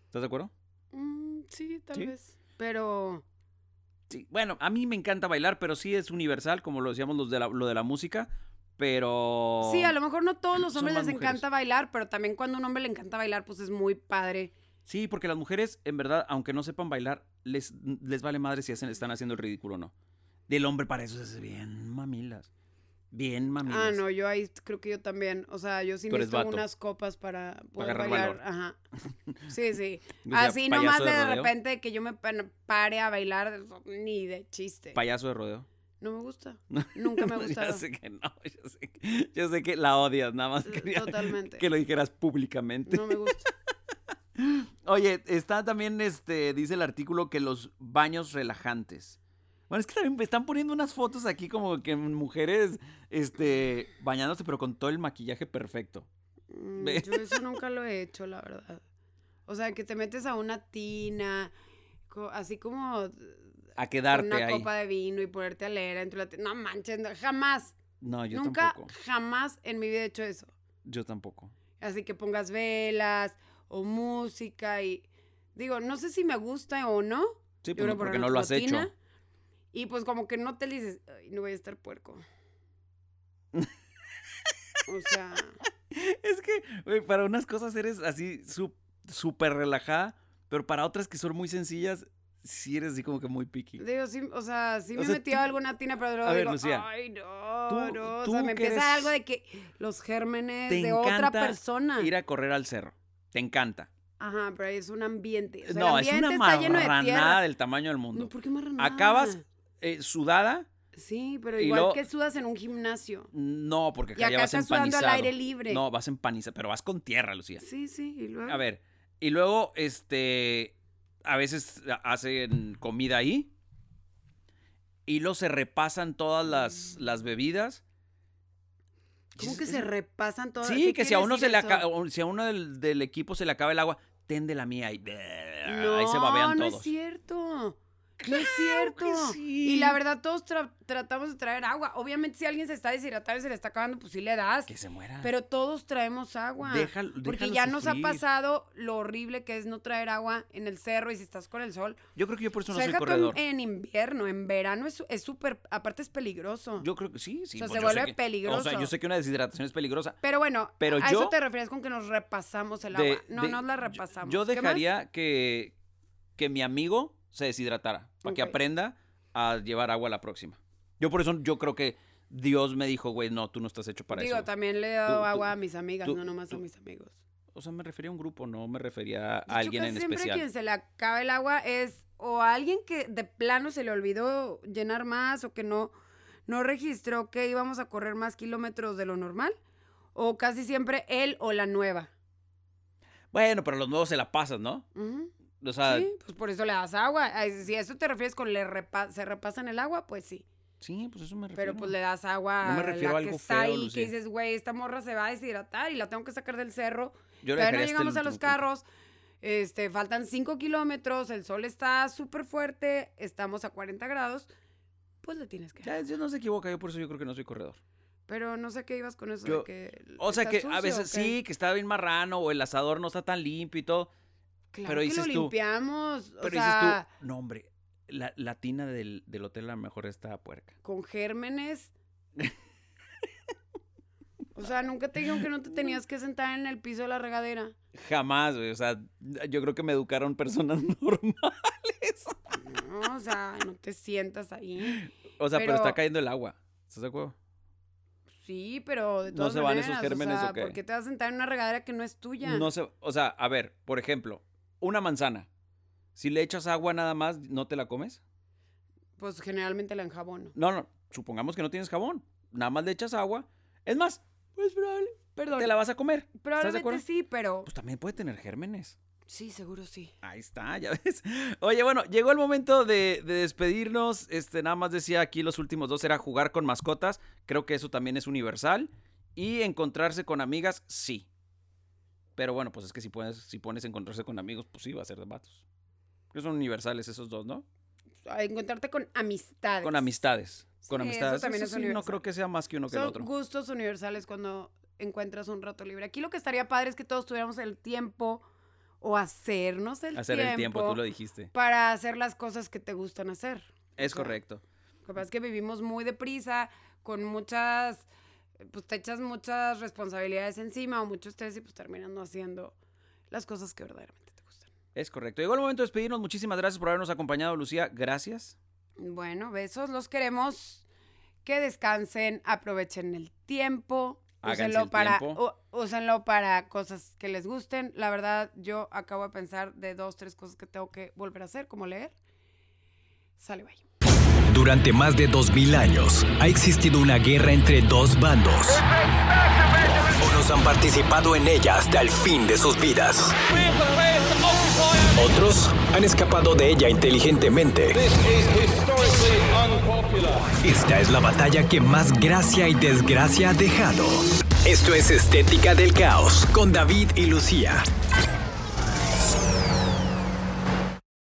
Speaker 2: ¿Estás de acuerdo?
Speaker 3: Mm, sí, tal
Speaker 2: Sí.
Speaker 3: vez. Pero.
Speaker 2: Sí. Bueno, a mí me encanta bailar, pero sí es universal, como lo decíamos los de la, lo de la música, pero...
Speaker 3: Sí, a lo mejor no todos los
Speaker 2: Son
Speaker 3: hombres
Speaker 2: más
Speaker 3: les
Speaker 2: mujeres.
Speaker 3: encanta bailar, pero también cuando a un hombre le encanta bailar, pues es muy padre.
Speaker 2: Sí, porque las mujeres, en verdad, aunque no sepan bailar, les, les vale madre si hacen, están haciendo el ridículo o no. Del hombre para eso es bien mamilas. Bien mamilas.
Speaker 3: Ah, no, yo ahí creo que yo también. O sea, yo sí
Speaker 2: Tú eres
Speaker 3: necesito
Speaker 2: vato.
Speaker 3: unas copas para poder
Speaker 2: agarrar
Speaker 3: bailar.
Speaker 2: valor.
Speaker 3: Ajá. Sí, sí.
Speaker 2: Decía,
Speaker 3: Así nomás
Speaker 2: payaso
Speaker 3: de,
Speaker 2: rodeo.
Speaker 3: repente que yo me pan- pare a bailar, ni de chiste.
Speaker 2: Payaso de rodeo.
Speaker 3: No me gusta. Nunca me ha
Speaker 2: ya
Speaker 3: gustado. eh,
Speaker 2: sé que no, yo sé que, yo sé que la odias, nada más quería
Speaker 3: Totalmente.
Speaker 2: que lo dijeras públicamente.
Speaker 3: No me gusta.
Speaker 2: Oye, está también, este, dice el artículo que los baños relajantes. Bueno, es que también me están poniendo unas fotos aquí como que mujeres, este, bañándose, pero con todo el maquillaje perfecto.
Speaker 3: Mm,
Speaker 2: Ve.
Speaker 3: Yo eso nunca lo he hecho, la verdad. O sea, que te metes a una tina, co- así como
Speaker 2: A
Speaker 3: con
Speaker 2: quedarte
Speaker 3: una
Speaker 2: ahí.
Speaker 3: copa de vino y ponerte a leer entre la tina. No manches, no, jamás.
Speaker 2: No, yo
Speaker 3: nunca,
Speaker 2: tampoco.
Speaker 3: jamás en mi vida he hecho eso.
Speaker 2: Yo tampoco.
Speaker 3: Así que pongas velas o música y digo, no sé si me gusta o no.
Speaker 2: Sí,
Speaker 3: Yo
Speaker 2: pues,
Speaker 3: creo
Speaker 2: porque
Speaker 3: por
Speaker 2: no
Speaker 3: la
Speaker 2: lo has hecho.
Speaker 3: rutina. Y pues como que no te dices, ay, no voy a estar puerco. o sea,
Speaker 2: Es que, güey, para unas cosas eres así su- súper relajada, pero para otras que son muy sencillas, sí eres así como que muy picky.
Speaker 3: digo, sí, o sea, sí
Speaker 2: O
Speaker 3: me
Speaker 2: sea,
Speaker 3: metía
Speaker 2: tú-
Speaker 3: alguna tina, pero luego
Speaker 2: A ver,
Speaker 3: digo,
Speaker 2: Lucía,
Speaker 3: ay, no,
Speaker 2: tú-
Speaker 3: no", O
Speaker 2: tú
Speaker 3: sea, me
Speaker 2: que
Speaker 3: empieza
Speaker 2: eres-
Speaker 3: algo de que los gérmenes
Speaker 2: Te
Speaker 3: de otra
Speaker 2: encanta
Speaker 3: persona.
Speaker 2: Ir a correr al cerro. Te encanta.
Speaker 3: Ajá, pero es un ambiente. O sea,
Speaker 2: no,
Speaker 3: el
Speaker 2: es una
Speaker 3: ambiente está lleno de
Speaker 2: marranada
Speaker 3: tierra.
Speaker 2: del tamaño del
Speaker 3: No,
Speaker 2: mundo.
Speaker 3: ¿por qué marranada?
Speaker 2: Acabas eh, sudada,
Speaker 3: Sí, pero
Speaker 2: Y
Speaker 3: igual
Speaker 2: luego-
Speaker 3: que sudas en un gimnasio.
Speaker 2: no, porque
Speaker 3: Y
Speaker 2: acá ya
Speaker 3: acá
Speaker 2: vas
Speaker 3: estás sudando al
Speaker 2: empanizado.
Speaker 3: aire libre.
Speaker 2: No, vas empanizada, pero vas con tierra, Lucía.
Speaker 3: Sí, sí, y luego.
Speaker 2: A ver, y luego, este, a veces a- hacen comida ahí. Y luego se repasan todas las, las bebidas.
Speaker 3: ¿Cómo
Speaker 2: Es-
Speaker 3: que
Speaker 2: es-
Speaker 3: se repasan todas?
Speaker 2: Sí, que si a uno se le acaba,
Speaker 3: acaba.
Speaker 2: si a uno del, del equipo se le acaba el agua, ten de la mía y
Speaker 3: No,
Speaker 2: ahí se babean
Speaker 3: no
Speaker 2: todos.
Speaker 3: es cierto. No es cierto.
Speaker 2: sí.
Speaker 3: Y la verdad, todos tra- tratamos de traer agua. Obviamente, si alguien se está deshidratando y se le está acabando, pues sí le das.
Speaker 2: que se muera.
Speaker 3: Pero todos traemos agua.
Speaker 2: Déjalo-
Speaker 3: porque
Speaker 2: déjalo
Speaker 3: ya nos ha
Speaker 2: sufrir.
Speaker 3: pasado lo horrible que es no traer agua en el cerro y si estás con el sol.
Speaker 2: Yo creo que yo por eso
Speaker 3: O
Speaker 2: no
Speaker 3: sea,
Speaker 2: soy
Speaker 3: deja tú en-
Speaker 2: corredor.
Speaker 3: en invierno, en verano es su- es súper, aparte es peligroso.
Speaker 2: Yo creo que sí, sí.
Speaker 3: O sea,
Speaker 2: pues
Speaker 3: se
Speaker 2: yo sé
Speaker 3: vuelve
Speaker 2: que- O sea,
Speaker 3: peligroso.
Speaker 2: yo sé que una deshidratación es peligrosa.
Speaker 3: Pero bueno,
Speaker 2: Pero
Speaker 3: a
Speaker 2: yo-
Speaker 3: eso te refieres con que nos repasamos el
Speaker 2: de-
Speaker 3: agua. No,
Speaker 2: de-
Speaker 3: nos la
Speaker 2: yo-
Speaker 3: repasamos.
Speaker 2: Yo
Speaker 3: ¿Qué más?
Speaker 2: dejaría que, que mi amigo se deshidratara para que
Speaker 3: Ok.
Speaker 2: aprenda a llevar agua a la próxima. Yo por eso yo creo que Dios me dijo, güey, no, tú no estás hecho para
Speaker 3: Digo,
Speaker 2: eso.
Speaker 3: también le he dado
Speaker 2: Tú-
Speaker 3: agua
Speaker 2: tú-
Speaker 3: a mis amigas,
Speaker 2: tú-
Speaker 3: no nomás
Speaker 2: tú-
Speaker 3: a mis amigos.
Speaker 2: O sea, me refería a un grupo, no me refería
Speaker 3: De
Speaker 2: a alguien
Speaker 3: hecho,
Speaker 2: en
Speaker 3: casi siempre
Speaker 2: especial.
Speaker 3: quien se le acaba el agua es o a alguien que de plano se le olvidó llenar más o que no, no registró que íbamos a correr más kilómetros de lo normal. O casi siempre él o la nueva.
Speaker 2: Bueno, pero los nuevos se la pasan, ¿no?
Speaker 3: Ujú.
Speaker 2: O sea,
Speaker 3: sí,
Speaker 2: sí,
Speaker 3: pues por eso le das agua. Ay, Si a eso te refieres con le repa- se repasan el agua, pues sí.
Speaker 2: pues eso me refiero.
Speaker 3: Pero pues le das agua
Speaker 2: No me
Speaker 3: a
Speaker 2: refiero a
Speaker 3: la
Speaker 2: algo
Speaker 3: que está
Speaker 2: feo,
Speaker 3: ahí,
Speaker 2: Lucía.
Speaker 3: que dices, güey, esta morra se va a deshidratar y la tengo que sacar del cerro.
Speaker 2: Yo le dejaría
Speaker 3: Todavía no
Speaker 2: hasta el
Speaker 3: llegamos a
Speaker 2: último
Speaker 3: los
Speaker 2: punto.
Speaker 3: carros. Este, faltan 5 kilómetros, el sol está súper fuerte, estamos a 40 grados. Pues le tienes que. dar.
Speaker 2: Ya, Dios no se equivoca, yo por eso yo creo que no soy corredor.
Speaker 3: Pero no sé qué ibas con eso
Speaker 2: Yo-
Speaker 3: de que.
Speaker 2: O sea
Speaker 3: ¿está
Speaker 2: que
Speaker 3: sucio
Speaker 2: a
Speaker 3: o
Speaker 2: veces
Speaker 3: qué?
Speaker 2: sí, que está bien marrano o el asador no está tan limpio y todo.
Speaker 3: Claro
Speaker 2: pero
Speaker 3: que
Speaker 2: dices
Speaker 3: lo
Speaker 2: tú-
Speaker 3: limpiamos. o
Speaker 2: Pero
Speaker 3: sea,
Speaker 2: dices tú, no, hombre, la, la tina del, del hotel a lo mejor está puerca.
Speaker 3: con gérmenes. o sea, nunca te dijeron que no te tenías que sentar en el piso de la regadera.
Speaker 2: Jamás, güey. O sea, yo creo que me educaron personas normales.
Speaker 3: No, o sea, no te sientas ahí.
Speaker 2: O sea, pero,
Speaker 3: Pero-
Speaker 2: está cayendo el agua. ¿Estás de acuerdo?
Speaker 3: Sí, pero de
Speaker 2: ¿No
Speaker 3: todas
Speaker 2: se van esos
Speaker 3: maneras, o
Speaker 2: gérmenes o
Speaker 3: sea,
Speaker 2: qué?
Speaker 3: ¿Por qué te vas a sentar en una regadera que no es tuya?
Speaker 2: No sé. O sea, a ver, por ejemplo, una manzana. Si le echas agua nada más, ¿no te la comes?
Speaker 3: Pues generalmente la enjabono.
Speaker 2: No, no. Supongamos que no tienes jabón. Nada más le echas agua. Es más, pues probable.
Speaker 3: Perdón.
Speaker 2: Te la vas a comer. ¿Estás de
Speaker 3: Probablemente
Speaker 2: acuerdo?
Speaker 3: sí, pero.
Speaker 2: Pues también puede tener gérmenes.
Speaker 3: Sí, seguro sí.
Speaker 2: Ahí está, ya ves. Oye, bueno, llegó el momento de, de despedirnos. Este, nada más decía aquí los últimos dos era jugar con mascotas. Creo que eso también es universal. Y encontrarse con amigas, sí. Pero bueno, pues es que si pones, si pones encontrarse con amigos, pues sí, va a ser de vatos. Creo que Son universales esos dos, ¿no?
Speaker 3: A encontrarte con amistades.
Speaker 2: Con amistades. Con
Speaker 3: pues, Sí, eso
Speaker 2: amistades.
Speaker 3: también es
Speaker 2: sí, no
Speaker 3: universal.
Speaker 2: creo que sea más que uno que el
Speaker 3: Son
Speaker 2: otro.
Speaker 3: gustos universales cuando encuentras un rato libre. Aquí lo que estaría padre es que todos tuviéramos el tiempo o hacernos el
Speaker 2: Hacer
Speaker 3: tiempo.
Speaker 2: el tiempo, tú lo dijiste.
Speaker 3: Para hacer las cosas que te gustan hacer.
Speaker 2: Es
Speaker 3: O sea,
Speaker 2: correcto.
Speaker 3: Lo que pasa es que vivimos muy deprisa, con muchas, pues te echas muchas responsabilidades encima o mucho estrés y pues terminas no haciendo las cosas que verdaderamente te gustan.
Speaker 2: Es correcto. Llegó el momento de despedirnos. Muchísimas gracias por habernos acompañado, Lucía. Gracias.
Speaker 3: Bueno, besos, los queremos. Que descansen, aprovechen el tiempo.
Speaker 2: Háganse
Speaker 3: úsenlo
Speaker 2: el
Speaker 3: para,
Speaker 2: tiempo.
Speaker 3: u- úsenlo para cosas que les gusten. La verdad, yo acabo de pensar de dos, tres cosas que tengo que volver a hacer, como leer. Sale, bye.
Speaker 1: Durante más de 2000 años ha existido una guerra entre dos bandos. Unos han participado en ella hasta el fin de sus vidas. Otros han escapado de ella inteligentemente. Esta es la batalla que más gracia y desgracia ha dejado. Esto es Estética del Caos con David y Lucía.